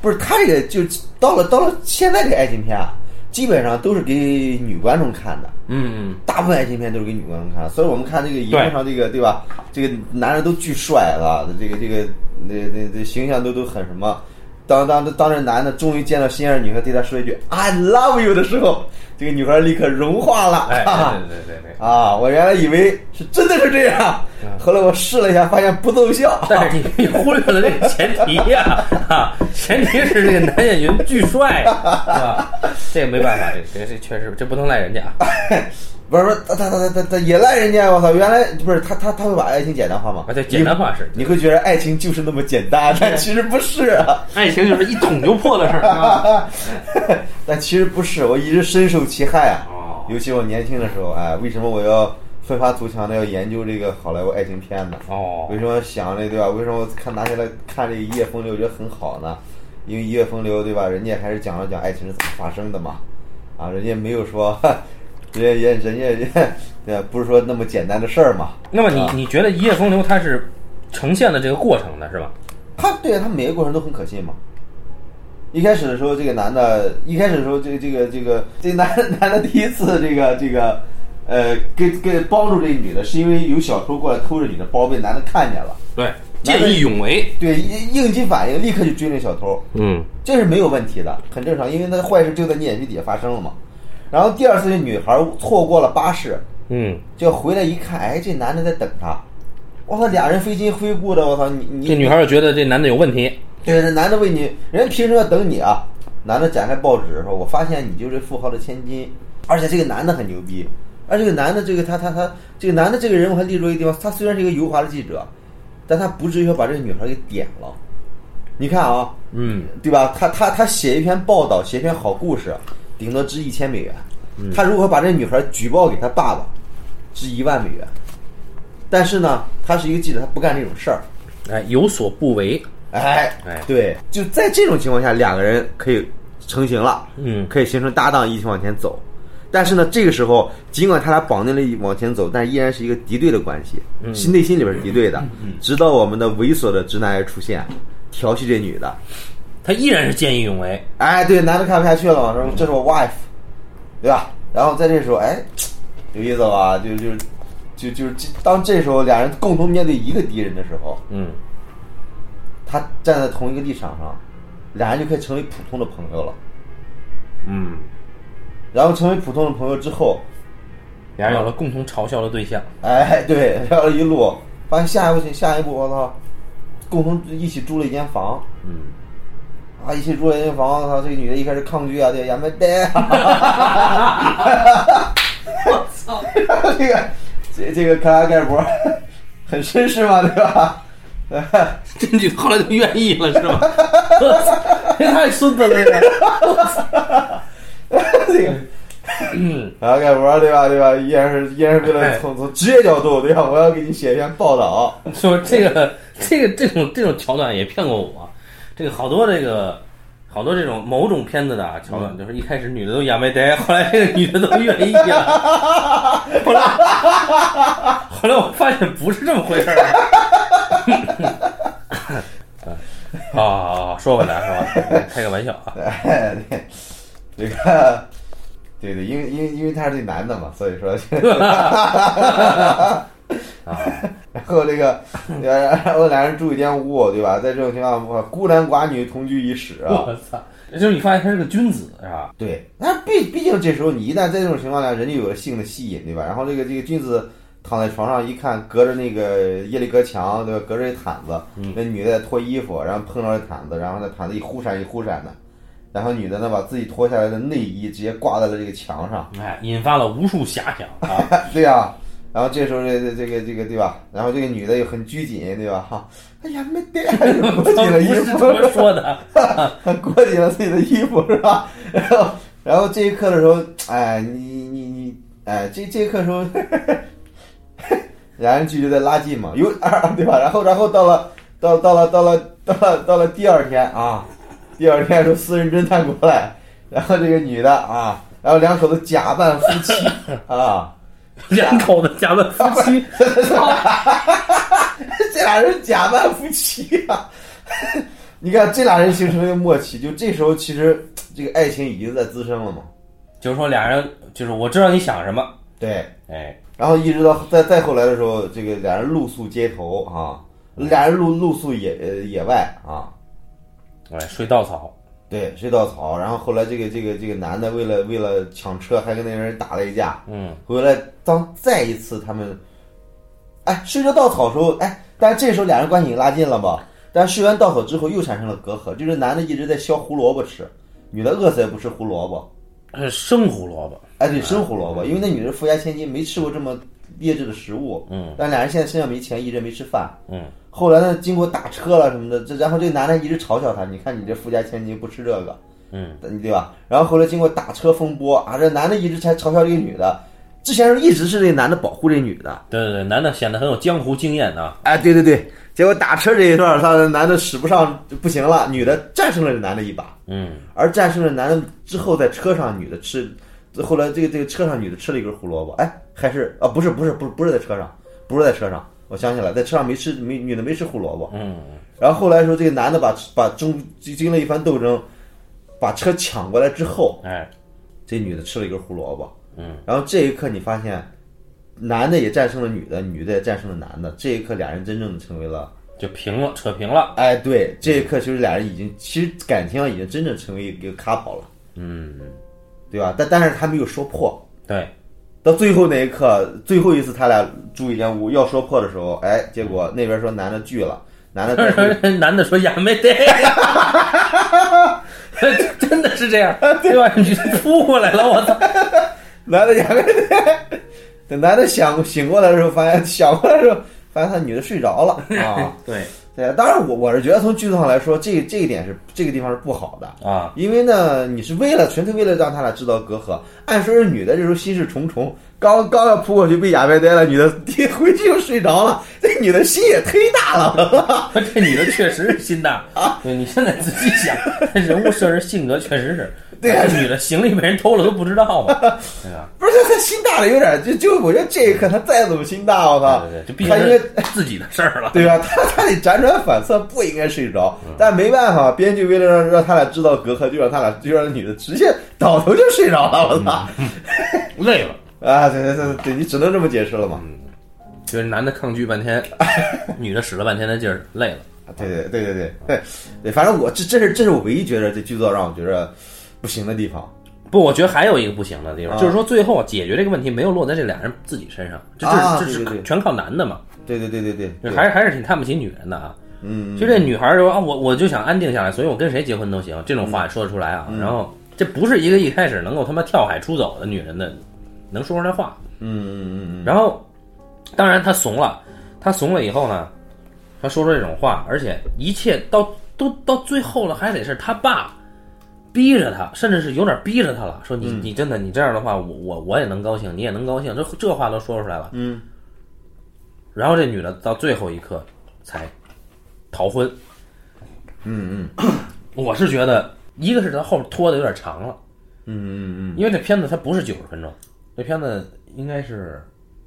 S2: 不是他这个就到了到了现在这个爱情片啊，基本上都是给女观众看的。
S1: 嗯
S2: 大部分爱情片都是给女观众看的，所以我们看这个荧幕上这个对吧？这个男人都巨帅了，这个这个那那那形象都都很什么。当当当这男的终于见到心爱的女孩，对她说一句 “I love you” 的时候，这个女孩立刻融化 了。
S1: 哎，
S2: 哈哈
S1: 对对对对。
S2: 啊，我原来以为是真的是这样， 后来我试了一下，发现不奏效。
S1: 嗯但是你忽略了这个前提呀、啊，前提是这个男演员巨 帅，是吧？这个没办法，这这这确实这不能赖人家啊。
S2: 不是不是，他他他他他也赖人家，我操！原来不是他他他会把爱情简单化吗
S1: 啊，？对，简单化是，
S2: 你会觉得爱情就是那么简单，但其实不是啊。
S1: 爱情就是一捅就破的事儿。啊
S2: 但其实不是，我一直深受其害啊。
S1: 哦
S2: 尤其我年轻的时候，哎，为什么我要奋发图强的要研究这个好莱坞爱情片呢？
S1: 哦
S2: 为什么想这对吧？为什么我看拿下来看这个《一夜风流》觉得很好呢？因为《一夜风流》对吧？人家还是讲了讲爱情是怎么发生的嘛，啊，人家没有说， 人家人人家人家对吧不是说那么简单的事儿嘛。
S1: 那么你你觉得《一夜风流》它是呈现了这个过程的是吧？
S2: 他对啊他每个过程都很可信嘛。一开始的时候，这个男的，一开始的时候，这个这个这个这男男的 第一次这个这个，呃，跟跟帮助这女的，是因为有小偷过来偷着女的包，被男的看见了，
S1: 对，见义勇为。
S2: 对，应应激反应，立刻就追那小偷，
S1: 嗯
S2: 这是没有问题的，很正常，因为那坏事就在你眼皮底下发生了嘛。然后第二次，这女孩错过了巴士，
S1: 嗯，
S2: 就回来一看，哎，这男的在等她，我操，俩人非亲非故的，我操，你你
S1: 这女孩就觉得这男的有问题。
S2: 对，那男的为你，人家凭什么要等你啊？男的展开报纸说：“我发现你就是富豪的千金。”而且这个男的很牛逼，而这个男的这个他他他这个男的这个人我还立住一个地方，他虽然是一个油滑的记者，但他不至于说把这个女孩给点了。你看啊，
S1: 嗯，
S2: 对吧？他他他写一篇报道，写一篇好故事，顶多值一千美元。他如果把这女孩举报给他爸爸，值一万美元。但是呢，他是一个记者，他不干这种事儿。
S1: 哎，有所不为。
S2: 哎
S1: 哎
S2: 对，就在这种情况下，两个人可以成型了，
S1: 嗯
S2: 可以形成搭档，一起往前走。但是呢，这个时候尽管他俩绑定了往前走，但依然是一个敌对的关系，
S1: 嗯
S2: 心内心里边是敌对的。直到我们的猥琐的直男癌出现，调戏这女的，
S1: 他依然是见义勇为。
S2: 哎，对，男的看不下去了嘛，说这是我 wife，对吧？然后在这时候，哎，有意思吧？就就就就是这当这时候俩人共同面对一个敌人的时候，
S1: 嗯，
S2: 他站在同一个立场上，俩人就可以成为普通的朋友了。
S1: 嗯，
S2: 然后成为普通的朋友之后，
S1: 俩人有了共同嘲笑的对象。
S2: 哎，对，聊了一路，发现下一步下一步，我操，共同一起住了一间房
S1: 嗯，
S2: 啊，一起住了一间房，我操，这个女的一开始抗拒啊，对，也没带，我操， 这个这这个克拉盖博 很绅士嘛，对吧？
S1: 这女的后来就愿意了，是吗？ 这太孙子了，这个。
S2: 这个。
S1: 嗯，
S2: 然后盖博对吧？对吧？依然是依然是为了从从职业角度对吧？我要给你写一篇报道。
S1: 说这个这个这种这种桥段也骗过我，这个好多这个好多这种某种片子的啊桥段，就是一开始女的都演没呆，后来这个女的都愿意了，后来后来我发现不是这么回事儿 啊。啊，说回来是吧？开个玩笑啊，
S2: 哎，对，这个，对对，因为因为因为他是这男的嘛，所以说，然后这个，然后俩人住一间屋，对吧？在这种情况下，孤男寡女同居一室啊。
S1: 我操！就是你发现他是个君子啊是吧？
S2: 对，那毕毕竟这时候你一旦在这种情况下，人家有了性的吸引，对吧？然后这个这个君子躺在床上一看，隔着那个夜里隔墙，对吧？隔着一毯子，
S1: 嗯
S2: 那女的在脱衣服，然后碰着毯子，然后那毯子一忽闪一忽闪的，然后女的呢把自己脱下来的内衣直接挂在了这个墙上，
S1: 哎，引发了无数遐想啊！
S2: 对呀、然后这时候这这这个这个对吧？然后这个女的又很拘谨，对吧？哈，哎呀，没带，
S1: 我
S2: 裹
S1: 不
S2: 紧了衣
S1: 是这
S2: 服，
S1: 么说 的，
S2: 裹紧了自己的衣服是吧？ 然后，然后这一刻的时候，哎，你你你，哎，这这一刻的时候， 两人距离在拉近嘛，有 啊，对吧？然后，然后到了，到到了，到了，到了，到了第二天啊，第二天的时候私人侦探过来，然后这个女的啊，然后两口子假扮夫妻 啊，
S1: 两口子假扮夫妻，
S2: 这俩人假扮夫妻啊。 你看这俩人形成了一个默契，就这时候其实这个爱情已经在滋生了嘛。
S1: 就是说俩人，就是我知道你想什么，
S2: 对，
S1: 哎，
S2: 然后一直到再再后来的时候，这个俩人露宿街头啊，俩人露露宿野呃野外啊，
S1: 哎，睡稻草，
S2: 对，睡稻草。然后后来这个这个这个男的为了为了抢车，还跟那人打了一架。
S1: 嗯，
S2: 回来当再一次他们，哎，睡着稻草的时候，哎，但是这时候俩人关系已经拉近了吧？但是睡完稻草之后又产生了隔阂，就是男的一直在削胡萝卜吃，女的饿死也不吃胡萝卜。
S1: 是生胡萝卜，
S2: 哎，对，生胡萝卜，因为那女人富家千金，没吃过这么劣质的食物。
S1: 嗯，
S2: 但俩人现在身上没钱，一直没吃饭。
S1: 嗯，
S2: 后来呢，经过打车了什么的，这然后这个男的一直嘲笑她，你看你这富家千金不吃这个，
S1: 嗯，
S2: 对吧？然后后来经过打车风波啊，这男的一直才嘲笑这个女的，之前是一直是这个男的保护这女的，
S1: 对对对，男的显得很有江湖经验啊，
S2: 哎，对对对，结果打车这一段，他男的使不上，不行了，女的战胜了这男的一把，
S1: 嗯，
S2: 而战胜了男的之后，在车上女的吃，后来这个这个车上女的吃了一根胡萝卜，哎，还是啊，不是不是不是不是在车上，不是在车上，我想起来，在车上没吃没女的没吃胡萝卜，
S1: 嗯，
S2: 然后后来说这个男的把把中经经了一番斗争，把车抢过来之后，
S1: 哎，
S2: 这女的吃了一根胡萝卜，
S1: 嗯，
S2: 然后这一刻你发现，男的也战胜了女的，女的也战胜了男的，这一刻俩人真正的成为了。
S1: 就平了，扯平了，
S2: 哎，对，这一刻其实俩人已经，其实感情上啊已经真正成为一个 couple 了，
S1: 嗯，
S2: 对吧？但但是他没有说破，
S1: 对，
S2: 到最后那一刻，最后一次他俩住一间屋要说破的时候，哎，结果那边说男的拒了，男的再回
S1: 男的说呀没得 呀，真的是这样，对吧？你扑过来了，我操！
S2: 男的也没，等男的想醒过来的时候，发现想过来的时候，发现他女的睡着了 啊。
S1: 对
S2: 对，当然我我是觉得从剧作上来说，这这一点是这个地方是不好的，
S1: 啊，
S2: 因为呢，你是为了纯粹为了让他俩制造隔阂。按说是女的这时候心事重重，刚刚要扑过去被哑巴呆了，女的 一回去又睡着了，这女的心也忒大了。
S1: 这女的确实是心大啊！对你现在仔细想，这人物设置性格确实是，
S2: 对啊
S1: 这女的行李被人偷了都不知道嘛，对吧？
S2: 不是她心大了有点，就就我觉得这一刻她再怎么心大，我靠
S1: 对对，对，这毕
S2: 啊她
S1: 竟
S2: 应该
S1: 是自己的事儿了。
S2: 对吧？他他得辗转反侧，不应该睡着，
S1: 嗯
S2: 但没办法，编剧为了让让他俩制造隔阂，就让他俩就让女的直接倒头就睡着了。我
S1: 嗯
S2: 操！
S1: 累了，
S2: 啊，对对对对，你只能这么解释了嘛？
S1: 就是男的抗拒半天， 女的使了半天的劲儿，累了。
S2: 啊对对对对对对对，反正我这这是这是我唯一觉得这剧作让我觉得不行的地方。
S1: 不，我觉得还有一个不行的地方，
S2: 啊
S1: 就是说最后解决这个问题没有落在这俩人自己身上，这这
S2: 啊
S1: 是这
S2: 对对
S1: 是
S2: 对
S1: 全靠男的嘛，
S2: 对对对对对，对
S1: 还是还是挺看不起女人的啊。
S2: 嗯，
S1: 就这女孩儿说啊，我我就想安定下来，所以我跟谁结婚都行，这种话也说得出来啊。
S2: 嗯
S1: 然后这不是一个一开始能够他妈跳海出走的女人的能说出来话。
S2: 嗯嗯嗯
S1: 然后，当然她怂了，她怂了以后呢，她说出这种话，而且一切到都到最后了，还得是她爸逼着她，甚至是有点逼着她了，说
S2: 嗯
S1: 你、你真的你这样的话，我我我也能高兴，你也能高兴，这这话都说出来了。
S2: 嗯
S1: 然后这女的到最后一刻才逃婚。
S2: 嗯嗯
S1: 我是觉得，一个是它后拖的有点长了，
S2: 嗯嗯嗯，
S1: 因为这片子它不是九十分钟，这片子应该是，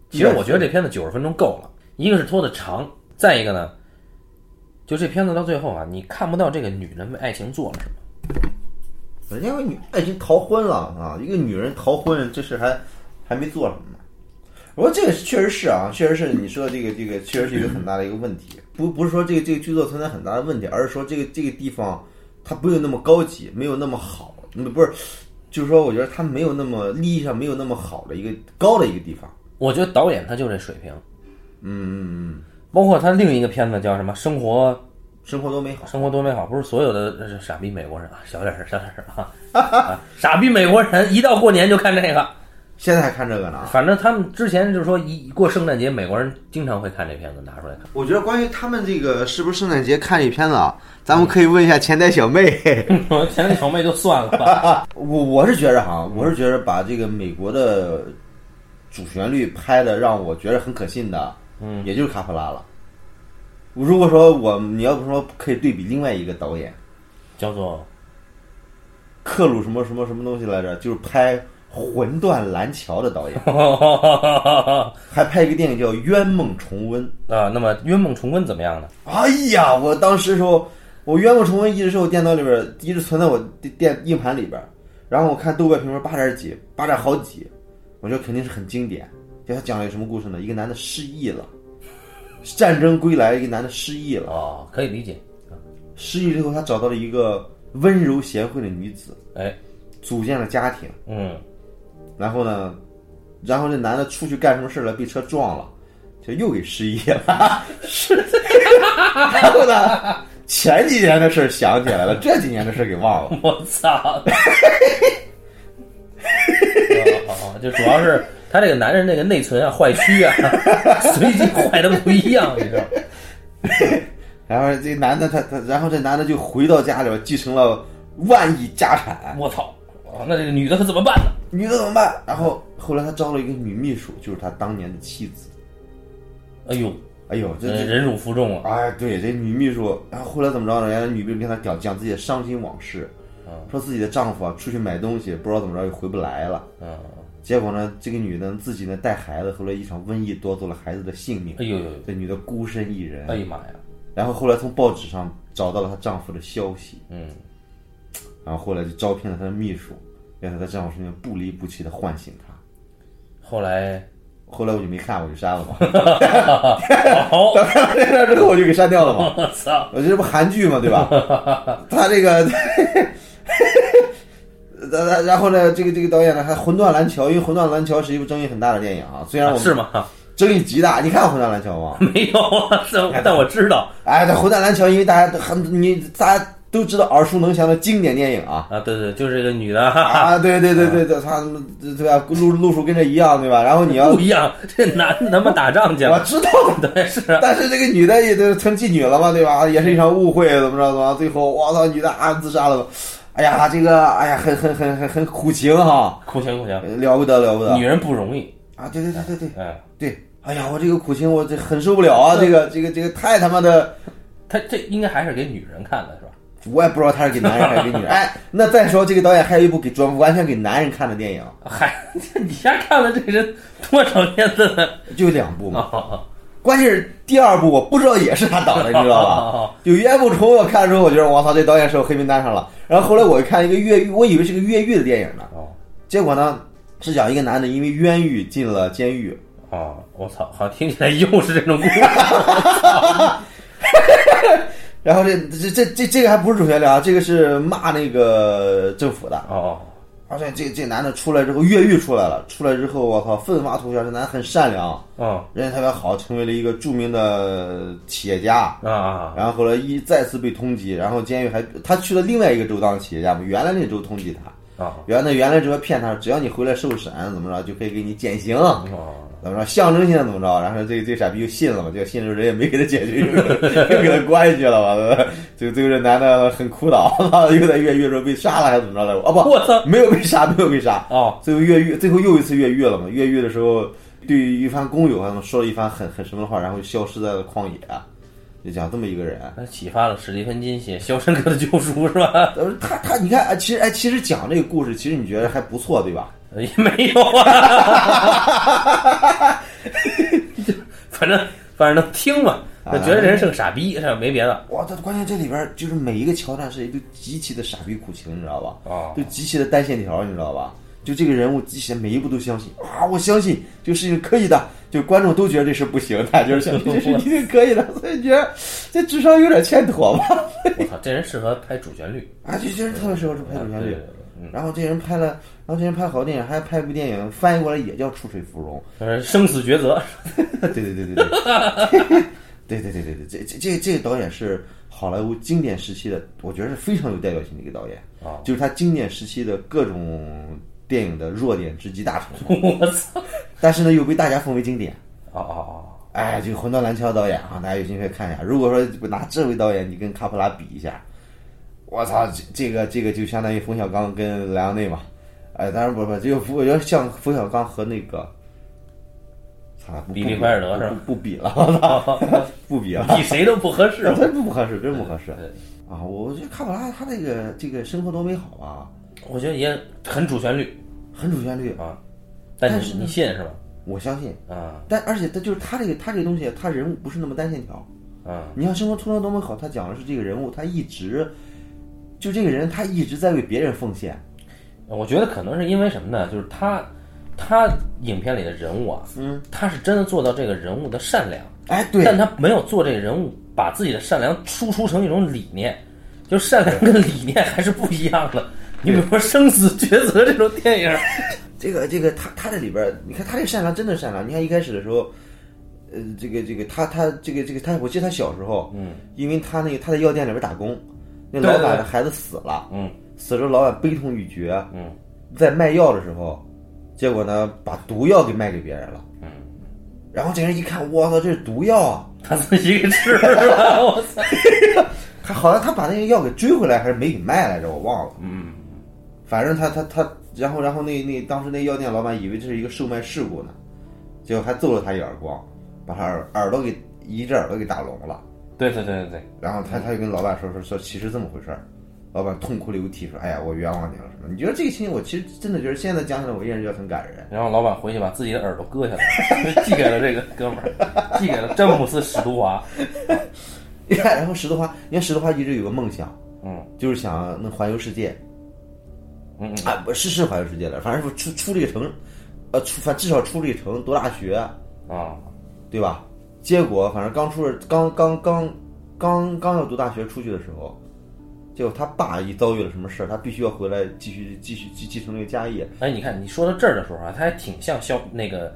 S1: 其实我觉得这片子九十分钟够了。一个是拖的长，再一个呢，就这片子到最后啊，你看不到这个女人为爱情做了什么。
S2: 人家有女爱情逃婚了啊，一个女人逃婚这事还还没做什么呢。我说这个确实是啊，确实是你说的这个这个确实是一个很大的一个问题，不不是说这个这个剧作存在很大的问题，而是说这个这个地方它没有那么高级，没有那么好，嗯不是，就是说我觉得它没有那么利益上没有那么好的一个高的一个地方，
S1: 我觉得导演他就这水平，
S2: 嗯嗯嗯，
S1: 包括他另一个片子叫什么《生活
S2: 生活多美好。
S1: 生活多美好》，不是所有的呃傻逼美国人啊，小点声，小点声啊啊！傻逼美国人一到过年就看这个，
S2: 现在还看这个呢啊？
S1: 反正他们之前就是说一过圣诞节，美国人经常会看这片子，拿出来看。
S2: 我觉得关于他们这个是不是圣诞节看这片子啊，咱们可以问一下前台小妹。
S1: 我前小妹就算了吧。
S2: 啊我我是觉着哈，我是觉着把这个美国的主旋律拍的让我觉着很可信的，嗯，也就是卡普拉了。如果说我你要不说可以对比另外一个导演
S1: 叫做
S2: 克鲁什么什么什么东西来着，就是拍《魂断蓝桥》的导演，
S1: 啊，
S2: 还拍一个电影叫《冤梦重温》。
S1: 那么《冤梦重温》怎么样 呢？
S2: 哎呀，我当时时候，我《冤枉重温》一直是我电脑里边儿，一直存在我电电硬盘里边儿。然后我看豆瓣评分八点几，八点好几，我觉得肯定是很经典。就他讲了一个什么故事呢？一个男的失忆了，战争归来，一个男的失忆了，
S1: 哦，可以理解。
S2: 失忆之后他找到了一个温柔贤惠的女子，
S1: 哎，
S2: 组建了家庭。
S1: 嗯，
S2: 然后呢，然后这男的出去干什么事儿了，被车撞了，就又给失忆了。 是，然后呢，前几年的事儿想起来了，这几年的事儿给忘了。
S1: 我操！哦哦哦就主要是他这个男人那个内存啊、坏区 啊，随机坏的不一样，你知道吗？
S2: 然后这男的他他，然后这男的就回到家里边继承了万亿家产，
S1: 我操！哦那这个女的可怎么办呢？
S2: 女的怎么办？然后后来他招了一个女秘书，就是他当年的妻子。
S1: 哎呦，
S2: 哎呦，这
S1: 呃
S2: 这。
S1: 忍辱负重啊！
S2: 哎，对，这女秘书，然后后来怎么着呢？人家女秘书跟她讲讲自己的伤心往事，说自己的丈夫啊出去买东西，不知道怎么着又回不来了。
S1: 嗯，
S2: 结果呢，这个女的自己呢带孩子，后来一场瘟疫夺走了孩子的性命
S1: 哎，呦呦，呦
S2: 这女的孤身一人
S1: 哎。呀妈呀！
S2: 然后后来从报纸上找到了她丈夫的消息，
S1: 嗯，
S2: 然后后来就招聘了她的秘书，要在她丈夫身边不离不弃的唤醒她。
S1: 后来，
S2: 后来我就没看，我就删了嘛。
S1: 好，
S2: 看了之后我就给删掉了嘛。
S1: 我操！
S2: 我觉得这不韩剧嘛，对吧？ 他这个， 然然然后呢，这个这个导演呢还《魂断蓝桥》，因为《魂断蓝桥》是一部争议很大的电影啊。虽然我
S1: 是
S2: 们
S1: 吗？
S2: 争议极大，你看《魂断蓝桥》吗？
S1: 没有啊，是但我知道
S2: 哎，这《魂断蓝桥》，因为大家都很你大家都知道耳熟能详的经典电影啊。
S1: 啊，对对，就是这个女的，哈哈。
S2: 啊，对对对对对，他对吧？路路数跟这一样，对吧？然后你要
S1: 不一样，这男他妈打仗去
S2: 我
S1: 了，
S2: 知道
S1: 对是啊，
S2: 但是这个女的也都成妓女了嘛，对吧？也是一场误会，怎么着怎么着，最后我操，女的啊自杀了，哎呀，这个哎呀，很很很很很苦情哈，
S1: 苦情苦情，
S2: 了不得了不得
S1: 女人不容易，
S2: 啊！对对对对对
S1: 哎，
S2: 对，哎呀，我这个苦情我这很受不了啊，这个这个这个太他妈的，
S1: 他这应该还是给女人看的是吧？
S2: 我也不知道他是给男人还是给 女人。哎，那再说这个导演还有一部给专完全给男人看的电影，
S1: 嗨， 你家看了这人多少年的呢？
S2: 就两部嘛，
S1: 哦
S2: 关键是第二部我不知道也是他导的，你知道
S1: 哦
S2: 吧？有冤不重，我看的时候我觉得我操，这导演是有黑名单上了。然后后来我看一个越狱，我以为是个越狱的电影呢，
S1: 哦
S2: 结果呢是讲一个男的因为冤狱进了监狱。
S1: 哦，我操，好听起来又是这种故事，
S2: 然后这这这这这个还不是主旋律啊，这个是骂那个政府的。
S1: 哦，
S2: 而且这这男的出来之后越狱出来了，出来之后我靠奋发图强，这男的很善良，
S1: 哦
S2: 人也特别好，成为了一个著名的企业家。
S1: 啊啊，
S2: 然后后来一再次被通缉，然后监狱还他去了另外一个州当企业家嘛，原来那州通缉他，
S1: 哦
S2: 原来原来这边骗他，只要你回来受审，怎么着就可以给你减刑，
S1: 哦，
S2: 怎么着象征性的怎么着，然后这这傻逼就信了嘛，就信了人也没给他解决，又给他关进去了嘛，最后最后这男的很苦恼， 又在越狱的时候被杀了还是怎么着来着？啊不，
S1: 我操，
S2: 没有被杀，没有被杀，
S1: 哦
S2: 最后越狱，最后又一次越狱了嘛，越狱的时候对一番工友他们说了一番很很什么的话，然后消失在了旷野，就讲这么一个人。
S1: 那启发了史蒂芬金写《肖申克的救赎》是吧？
S2: 呃，他他，你看，哎，其实哎，其实讲这个故事，其实你觉得还不错，对吧？
S1: 也没有啊， 反正反正能听嘛，就觉得人是个傻逼，是吧？没别的。
S2: 哇，这关键这里边儿就是每一个桥段是一个极其的傻逼苦情，你知道吧？
S1: 哦
S2: 就极其的单线条，你知道吧？就这个人物极其每一步都相信啊，我相信这个事情可以的，就观众都觉得这事不行，他就是相信这事一定可以的，所以觉得这智商有点欠妥吧？
S1: 我操，这人适合拍主旋律。
S2: 啊，就觉得特别适合这拍主旋
S1: 对
S2: 律
S1: 对对。
S2: 然后这人拍了，然后这人拍好电影，还拍部电影翻译过来也叫《出水芙蓉》。
S1: 呃，生死抉择，
S2: 对对对对 对，对对对对对，这这这这个导演是好莱坞经典时期的，我觉得是非常有代表性的一个导演
S1: 哦
S2: 就是他经典时期的各种电影的弱点之集大成，
S1: 我操！
S2: 但是呢又被大家奉为经典。
S1: 哦哦
S2: 哎，这个魂断蓝桥导演啊，大家有兴趣可以看一下。如果说拿这位导演你跟卡普拉比一下，我操，这这个这个就相当于冯小刚跟莱昂内嘛。哎，当然不是不是，这个我觉得像冯小刚和那个，操，不
S1: 比利怀尔德是吧
S2: 不不不比了，我操不比了
S1: 哦，，比谁都不合适。
S2: 真不合适，真不合适
S1: 对
S2: 啊！我觉得卡普拉他这个这个生活多美好啊，
S1: 我觉得也很主旋律，
S2: 很主旋律，
S1: 但
S2: 但
S1: 你
S2: 是
S1: 你信是吧？
S2: 我相信。
S1: 啊
S2: 但而且他就是他这个他这个东西，他人物不是那么单线条。
S1: 啊
S2: 你像《生活突然多么好》，他讲的是这个人物，他一直就这个人，他一直在为别人奉献。
S1: 我觉得可能是因为什么呢？就是他他影片里的人物啊，嗯，他是真的做到这个人物的善良，
S2: 哎，对，
S1: 但他没有做这个人物，把自己的善良输出成一种理念，就善良跟理念还是不一样 的。你比如说《生死抉择》这种电影，
S2: 这个这个他他这里边儿，你看他这善良真的善良。你看一开始的时候，呃，这个这个他他这个这个他，我记得他小时候，嗯，因为他那个他在药店里边打工，那
S1: 对
S2: 老
S1: 对
S2: 板
S1: 对
S2: 的孩子死了，
S1: 嗯，
S2: 死了之后老板悲痛欲绝，
S1: 嗯，
S2: 在卖药的时候，结果呢把毒药给卖给别人了，嗯，然后这人一看，我操，这是毒药啊！
S1: 他自己给吃了，我操！
S2: 他好像他把那个药给追回来，还是没给卖来着，我忘了。嗯，反正他他他，然后然后那那当时那药店老板以为这是一个售卖事故呢，结果还揍了他一耳光，把他耳耳朵给一只耳朵给打聋了。
S1: 对对对对对，
S2: 然后他他就跟老板说说说，其实这么回事儿。老板痛哭流涕说：“哎呀，我冤枉你了什么？”你觉得这个情景，我其实真的觉得现在讲起来，我依然觉得很感人。
S1: 然后老板回去把自己的耳朵割下来， 寄给了这个哥们儿，寄给了詹姆斯·史都华。
S2: 然后石头花，因为石头花一直有个梦想，
S1: 嗯，
S2: 就是想能环游世界。
S1: 嗯
S2: 啊，不是是环游世界的，反正说出出这个城，呃，出反至少出这个城读大学，
S1: 啊，
S2: 对吧？结果反正刚出刚刚刚刚刚要读大学出去的时候，结果他爸一遭遇了什么事儿，他必须要回来继续继续继继承这个家业。
S1: 哎，你看你说到这儿的时候啊，他还挺像肖那个《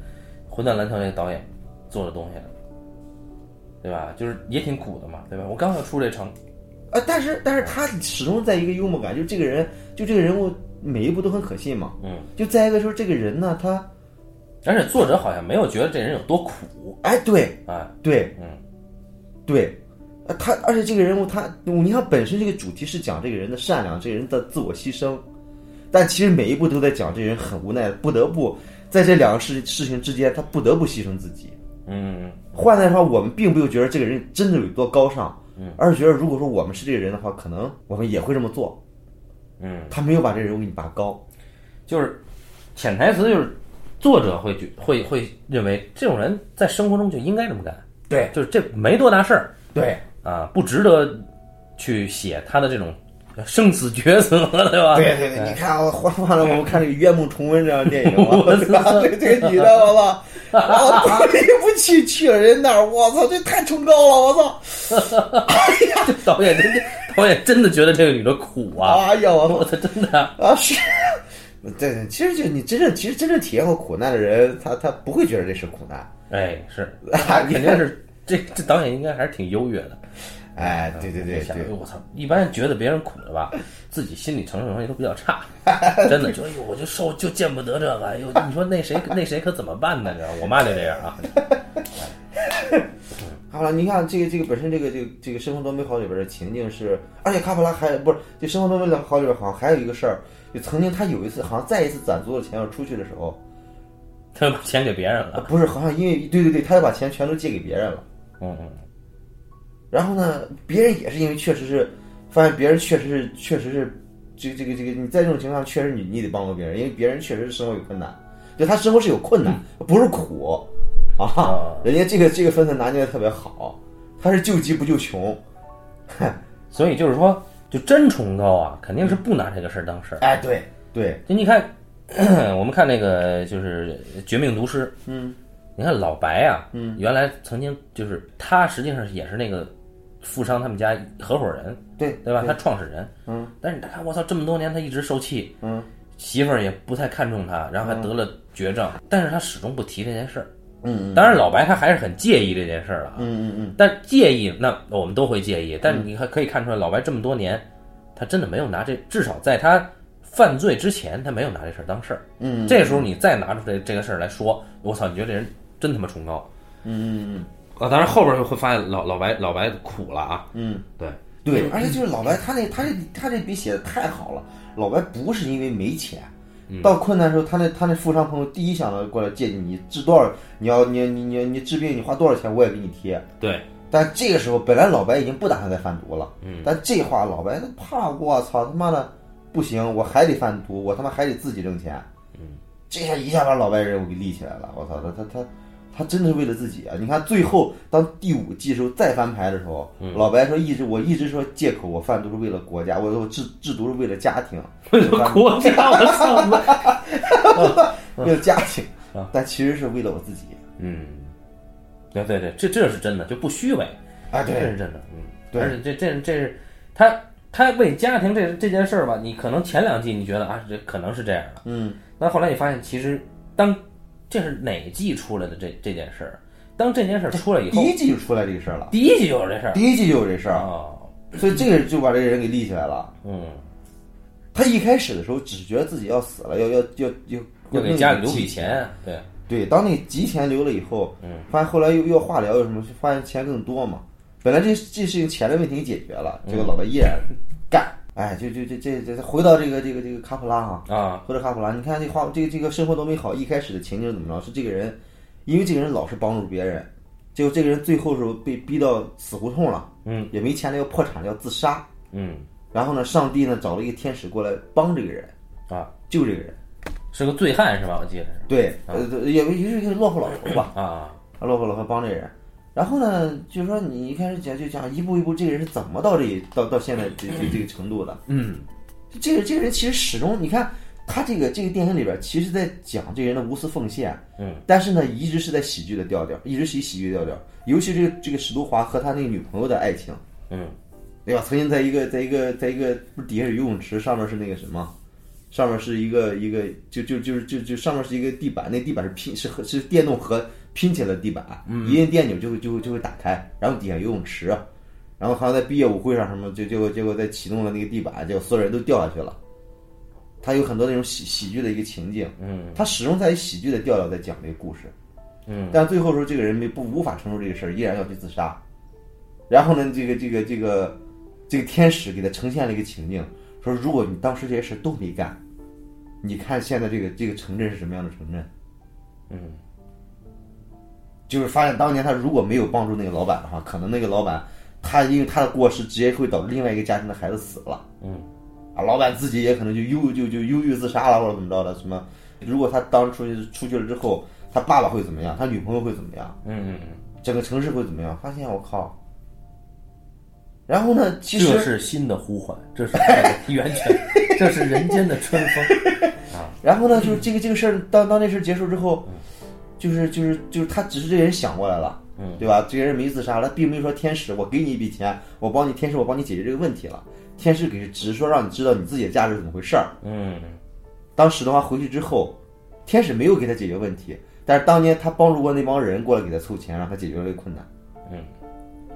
S1: 混蛋篮球》那个导演做的东西的，对吧？就是也挺苦的嘛，对吧？我刚要出这城，
S2: 呃，但是但是他始终在一个幽默感，就这个人，就这个人物每一步都很可信嘛。
S1: 嗯，
S2: 就再一个说这个人呢，他
S1: 而且作者好像没有觉得这人有多苦
S2: 哎，对
S1: 啊，
S2: 对
S1: 嗯，
S2: 对，呃，他而且这个人物他，你看本身这个主题是讲这个人的善良，这个人的自我牺牲，但其实每一步都在讲这人很无奈，不得不在这两个事事情之间，他不得不牺牲自己。
S1: 嗯，
S2: 换句话，我们并没有觉得这个人真的有多高尚，嗯，而是觉得如果说我们是这个人的话，可能我们也会这么做。
S1: 嗯，
S2: 他没有把这个人物给你拔高，
S1: 就是潜台词就是作者会觉会会认为这种人在生活中就应该这么干，
S2: 对
S1: 就是这没多大事儿
S2: 对，
S1: 啊，不值得去写他的这种生死抉择， 对吧？
S2: 对对对，你看我换换了，我们看这个《冤梦重温》这样的 电影，
S1: 我
S2: 我
S1: 操
S2: 操，这这个女的，我操，我 操，也不去去了人那儿，我操，这太崇高了，我操，
S1: 这导演真的，导演真的觉得这个女的苦啊！
S2: 哎呀，我
S1: 我
S2: 操
S1: 操，真的，
S2: 啊是。对，对其实就你真正，其实真正体验过苦难的人，他他不会觉得这是苦难，
S1: 哎， 是，
S2: 啊、
S1: 肯定是这这导演应该还是挺优越的。
S2: 哎，对对对
S1: 想
S2: 对，
S1: 哎呦我操！一般觉得别人苦的吧，自己心理承受能力都比较 差，真的就哎呦，我就受就见不得这个，哎呦，你说那谁那谁可怎么办呢？这我妈就这样啊，
S2: 好了，你看这个这个本身这个这个这个《生活多美好》里边的情境是，而且卡普拉还不是这《生活多美好》里边好像还有一个事儿，就曾经他有一次好像再一次攒足了钱要出去的时候，
S1: 她就把钱给别人
S2: 啊，
S1: 了。
S2: 不是，好像因为对对对，他就把钱全都借给别人了。
S1: 嗯嗯，
S2: 然后呢，别人也是因为确实是，发现别人确实是确实是，这个这个这个，你在这种情况下，确实你你得帮助别人，因为别人确实是生活有困难，就他生活是有困难，不是苦啊
S1: 嗯啊。
S2: 人家这个这个分寸拿捏的特别好，他是救急不救穷。
S1: 所以就是说，就真崇高啊，肯定是不拿这个事儿当事儿。
S2: 哎，对对，
S1: 就你看， 我们看那个就是《绝命毒师》，
S2: 嗯
S1: 你看老白啊，嗯，原来曾经就是他实际上也是那个富商他们家合伙人，
S2: 对
S1: 对吧？他创始人，嗯，但是你看，我操，这么多年他一直受气，
S2: 嗯，
S1: 媳妇儿也不太看重他，然后还得了绝症，但是他始终不提这件事儿。
S2: 嗯
S1: 当然，老白他还是很介意这件事儿了啊，
S2: 嗯嗯
S1: 但介意那我们都会介意，但你还可以看出来，老白这么多年，他真的没有拿这，至少在他犯罪之前，他没有拿这事儿当事儿。
S2: 嗯，
S1: 这时候你再拿出这这个事儿来说，我操，你觉得这人真他妈崇高
S2: 嗯嗯嗯
S1: 啊！当然后边会发现老老白老白苦了啊，
S2: 嗯，
S1: 对，
S2: 对，而且就是老白他那他这他这笔写的太好了，老白不是因为没钱。到困难的时候，他那他那富商朋友第一想到过来借你，你治多少？你要你你你你治病，你花多少钱，我也给你贴。
S1: 对，
S2: 但这个时候，本来老白已经不打算再贩毒了，嗯，但这话老白他怕，我操他妈的，不行，我还得贩毒，我他妈还得自己挣钱，
S1: 嗯，
S2: 这下一下把老白人物给立起来了，我操，他他他他真的是为了自己啊！你看最后当第五季时候再翻牌的时候，
S1: 嗯
S2: 老白说一直我一直说借口我贩毒是为了国家，我我制制毒是为了家庭，
S1: 为了国家，我操！
S2: 为了家庭
S1: 啊，
S2: 但其实是为了我自己
S1: 嗯，对对对，这这是真的，就不虚伪，
S2: 啊，
S1: 这
S2: 对
S1: 是真的，嗯，
S2: 对
S1: 而且这这这是他他为家庭这这件事儿吧，你可能前两季你觉得啊，这可能是这样的，
S2: 嗯，
S1: 但后来你发现其实当这是哪季出来的这这件事儿，当这件事儿出来以
S2: 第
S1: 后，
S2: 一季就出来这个事儿了，
S1: 第一季就有这事儿
S2: 第一季就有这事儿，
S1: 啊，
S2: 所以这个就把这个人给立起来了。
S1: 嗯，
S2: 他一开始的时候只觉得自己要死了，要要要要
S1: 要给
S2: 弄
S1: 家里留
S2: 急
S1: 笔钱，
S2: 嗯
S1: 对，
S2: 对，当那急钱留了以后，
S1: 嗯，
S2: 发现后来又又化疗，又什么，发现钱更多嘛。本来这这事情钱的问题解决了，
S1: 嗯
S2: 这个老白依然干，哎，就就就这这回到这个这个这个卡普拉哈，
S1: 啊，
S2: 回到卡普拉，你看这画这个这个生活多美好，一开始的情景是怎么着？是这个人，因为这个人老是帮助别人，结果这个人最后时候被逼到死胡同了，
S1: 嗯，
S2: 也没钱了，要破产了，要自杀。
S1: 嗯，
S2: 然后呢，上帝呢找了一个天使过来帮这个人，
S1: 啊，
S2: 救这个人。
S1: 是个醉汉是吧？我记得是
S2: 对，呃，也也是一个落后老头吧，
S1: 啊，
S2: 落后老头帮这人。然后呢，就是说你一开始讲就讲一步一步，这个人是怎么到这一到到现在这这这个程度的？
S1: 嗯，
S2: 这个这个人其实始终，你看他这个这个电影里边，其实在讲这个人的无私奉献，啊
S1: 嗯，
S2: 但是呢，一直是在喜剧的调调，一直是以喜剧的调调，尤其这个这个史都华和他那个女朋友的爱情，
S1: 嗯，
S2: 对吧？曾经在一个在一个在一个不是底下是游泳池，上面是那个什么，上面是一个一个就就就是就就上面是一个地板，那地板是拼是和是电动和拼起来的地板，
S1: 嗯
S2: 一摁电钮就会就会就会打开，然后底下游泳池，啊然后好像在毕业舞会上什么，就结果结果在启动了那个地板，结果所有人都掉下去了。他有很多那种喜喜剧的一个情境，
S1: 嗯，
S2: 他始终在以喜剧的调调在讲这个故事，
S1: 嗯，
S2: 但最后时候这个人没不无法承受这个事儿，依然要去自杀，然后呢，这个这个这个这个天使给他呈现了一个情境，说如果你当时这些事都没干，你看现在这个这个城镇是什么样的城镇？
S1: 嗯，
S2: 就是发现当年他如果没有帮助那个老板的话，可能那个老板他因为他的过失，直接会导致另外一个家庭的孩子死了。
S1: 嗯，
S2: 啊，老板自己也可能就忧就就忧郁自杀了，或者怎么着的？什么？如果他当时出去出去了之后，他爸爸会怎么样？他女朋友会怎么样？
S1: 嗯嗯，
S2: 整个城市会怎么样？发现我靠。然后呢？其
S1: 嗯这
S2: 实，
S1: 是新的呼唤，这是爱的 源泉，这是人间的春风。
S2: 然后呢？就是这个这个事儿，当当这事儿结束之后，就是就是就是他只是这人想过来了，
S1: 嗯
S2: 对吧？这个人没自杀了，并没有说天使，我给你一笔钱，我帮你，天使我帮你解决这个问题了。天使给只是说让你知道你自己的价值是怎么回事儿。
S1: 嗯
S2: 当时的话回去之后，天使没有给他解决问题，但是当年他帮助过那帮人过来给他凑钱，让他解决了这个困难。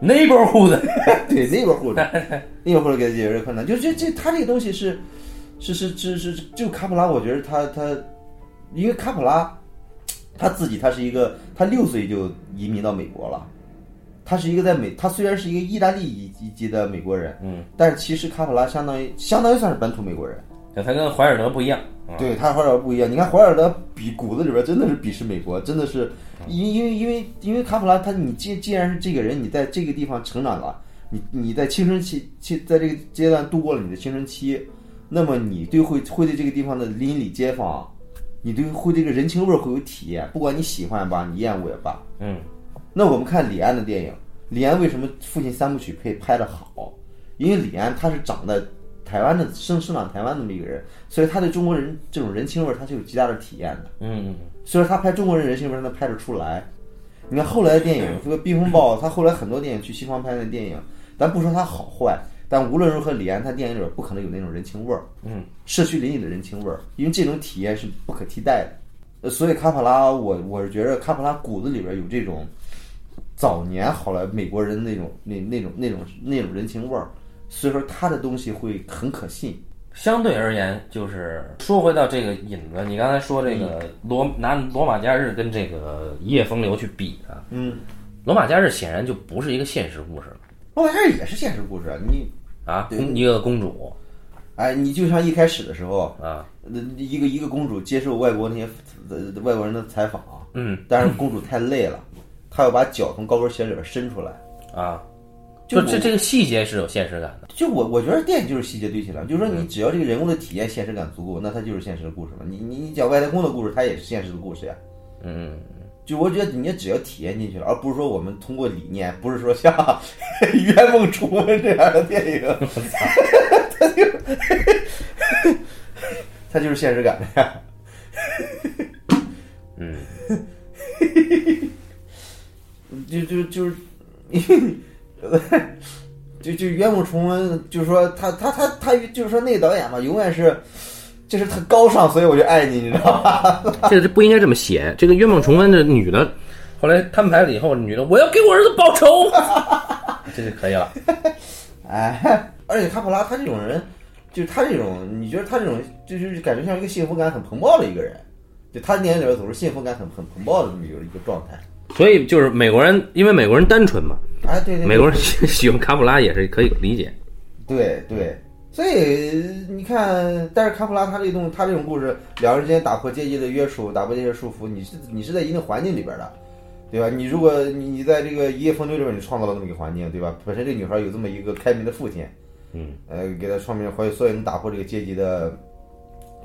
S1: ，neighborhood，
S2: 对那个护着，那个护着给他解决了困难。就这这，他这个东西是，是是是是，就卡普拉，我觉得他他，因为卡普拉他自己，他是一个，他六岁就移民到美国了。他是一个在美，他虽然是一个意大利一一籍的美国人，
S1: 嗯，
S2: 但是其实卡普拉相当于相当于算是本土美国人，
S1: 对他跟怀尔德不一样。啊，
S2: 对他怀尔德不一样。你看怀尔德比骨子里边真的是鄙视美国，真的是因因为因为因为卡普拉他你既既然是这个人，你在这个地方成长了，你你在青春期期在这个阶段度过了你的青春期，那么你对会会对这个地方的邻里街坊，你对会对这个人情味儿会有体验，不管你喜欢吧，你厌恶也罢。
S1: 嗯
S2: 那我们看李安的电影，李安为什么《父亲三部曲》可以拍得好？因为李安他是长在台湾的生生长台湾这么一个人，所以他对中国人这种人情味儿他是有极大的体验的。
S1: 嗯
S2: 虽然他拍中国人人性，味儿，他能拍得出来。你看后来的电影，这个《避风暴》，他后来很多电影去西方拍的电影，咱不说它好坏，但无论如何，李安他电影里边不可能有那种人情味儿，嗯，社区邻里的人情味儿，嗯因为这种体验是不可替代的。呃，所以卡普拉，我我是觉得卡普拉骨子里边有这种早年好莱美国人那种那那种那种那种人情味儿，所以说他的东西会很可信。
S1: 相对而言，就是说回到这个引子，你刚才说这个罗拿罗马假日跟这个一夜风流去比啊，
S2: 嗯，
S1: 罗马假日显然就不是一个现实故事
S2: 罗马假日也是现实故事啊，你
S1: 啊，公一个公主
S2: 哎，你就像一开始的时候，
S1: 啊，
S2: 呃一个一个公主接受外国那些呃外国人的采访，
S1: 嗯
S2: 但是公主太累了，她要把脚从高跟鞋里边伸出来。
S1: 啊，
S2: 就
S1: 就
S2: 我
S1: 这这个细节是有现实感的，
S2: 就我我觉得电影就是细节堆起来，就是说你只要这个人物的体验现实感足够，那它就是现实的故事嘛。你你你讲外太空的故事，它也是现实的故事呀。
S1: 嗯，
S2: 就我觉得你只要体验进去了，而不是说我们通过理念，不是说像 《圆梦楚门》这样的电影， 它就它就是现实感的呀。 嗯， 就就就是因为你就就圆梦楚门，就是说他他他他就是说那个导演嘛，永远是就是他高尚，所以我就爱你，你知道吧？
S1: 这个不应该这么写，这个《约梦重温》这女的，后来摊牌了以后，女的我要给我儿子报仇， 这就可以了，
S2: 哎， 而且卡普拉他这种人，就是他这种，你觉得他这种，就就是感觉像一个幸福感很蓬勃的一个人，就他电影里边总是幸福感很很蓬勃的这么一个一个状态。
S1: 所以就是美国人，因为美国人单纯嘛，
S2: 哎，对对，
S1: 美国人喜欢卡普拉也是可以理解，
S2: 对对，所以你看，但是卡普拉他这种他这种故事，两人之间打破阶级的约束，打破这些束缚，你是你是在一定环境里边的，对吧？你如果你你在这个一夜风流里边，你创造了这么一个环境，对吧？本身这个女孩有这么一个开明的父亲，
S1: 嗯，
S2: 呃，给她创明怀所以能打破这个阶级的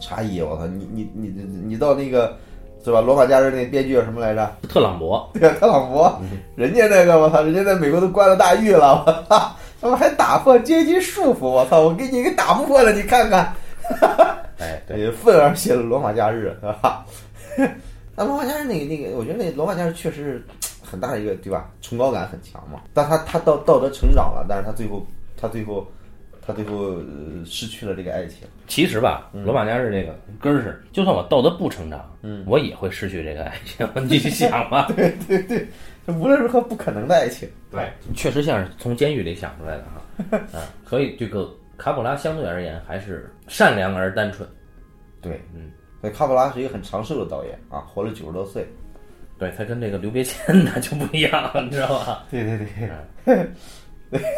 S2: 差异。我操，你你你你你到那个是吧？罗马假日那编剧啊叫什么来着？
S1: 特朗普。
S2: 对啊，特朗普，人家那个我操，人家在美国都关了大狱了， 我操，他们还打破阶级束缚，我操，我给你给打不破了，你看看，
S1: 哎，对，
S2: 也愤而写了《罗马假日》，是吧？ 那罗马假日那个那个，我觉得那罗马假日确实是很大的一个，对吧？崇高感很强嘛。但他他道道德成长了，但是他最后他最后他最后、呃失去了这个爱情。
S1: 其实吧，罗马假日这个根儿是，就算我道德不成长，嗯，我也会失去这个爱情。 你想吧，
S2: 这无论如何不可能的爱情。
S1: 对，确实像是从监狱里想出来的哈。嗯，所以这个卡普拉相对而言还是善良而单纯。
S2: 对，
S1: 嗯，
S2: 所以卡普拉是一个很长寿的导演啊，活了九十多岁。
S1: 对他跟这个刘别谦那就不一样了，你知道 吧？
S2: 对对对。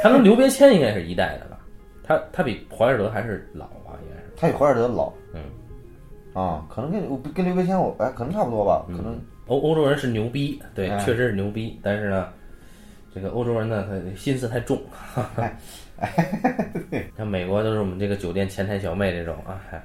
S1: 他跟刘别谦应该是一代的吧？他他比怀尔德还是老啊，应该是。
S2: 他比怀尔德老，
S1: 嗯，
S2: 啊，可能跟我跟刘别谦我哎，可能差不多吧，可能
S1: 欧欧洲人是牛逼，对，
S2: 哎
S1: 确实是牛逼，但是呢，这个欧洲人呢，他心思太重。像美国都是我们这个酒店前台小妹这种啊，嗨，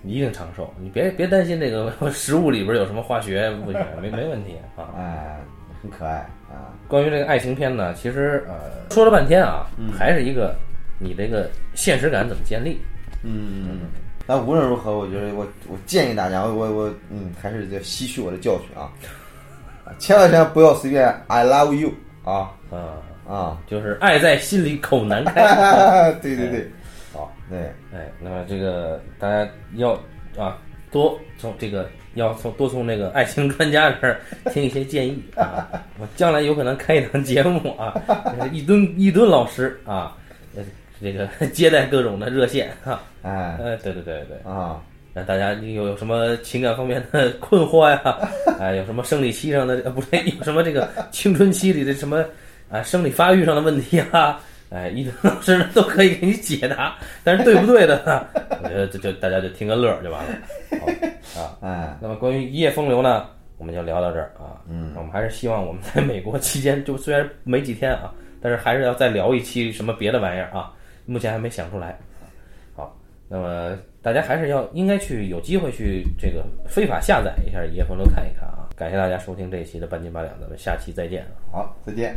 S1: 你一定长寿，你别别担心这个 食物里边有什么化学不行，没没问题啊。
S2: 哎，很可爱啊，
S1: 关于这个爱情片呢，其实呃说了半天啊，还是一个你这个现实感怎么建立？
S2: 嗯，但无论如何，我觉得我我建议大家，我我我嗯，还是得吸取我的教训啊，啊千万千万不要随便 I love you 啊
S1: 啊，
S2: 啊，
S1: 就是爱在心里口难开。
S2: 对对对，
S1: 好，
S2: 对，
S1: 哎，那么这个大家要啊，多从这个要从多从那个爱情专家这儿听一些建议啊。我将来有可能开一档节目啊， 这个一吨一吨老师啊，呃这个 接待各种的热线啊。
S2: 哎
S1: 呃，对对对对，
S2: 啊，
S1: 那大家有有什么情感方面的 困惑呀？啊，有什么生理期上的呃不对，有什么这个青春期里的什么啊生理发育上的问题啊？哎，一吨 老师都可以给你解答，但是对不对的 呢？我觉得就就大家就听个乐儿就完了。好啊，
S2: 哎，
S1: 那么关于一夜风流呢，我们就聊到这儿啊。嗯，我们还是希望我们在美国期间，就虽然没几天啊，但是还是要再聊一期什么别的玩意儿啊，目前还没想出来。好，那么大家还是要应该去有机会去这个非法下载一下《一夜风流》看一看啊。感谢大家收听这一期的半斤八两，咱们下期再见啊。
S2: 好，再见。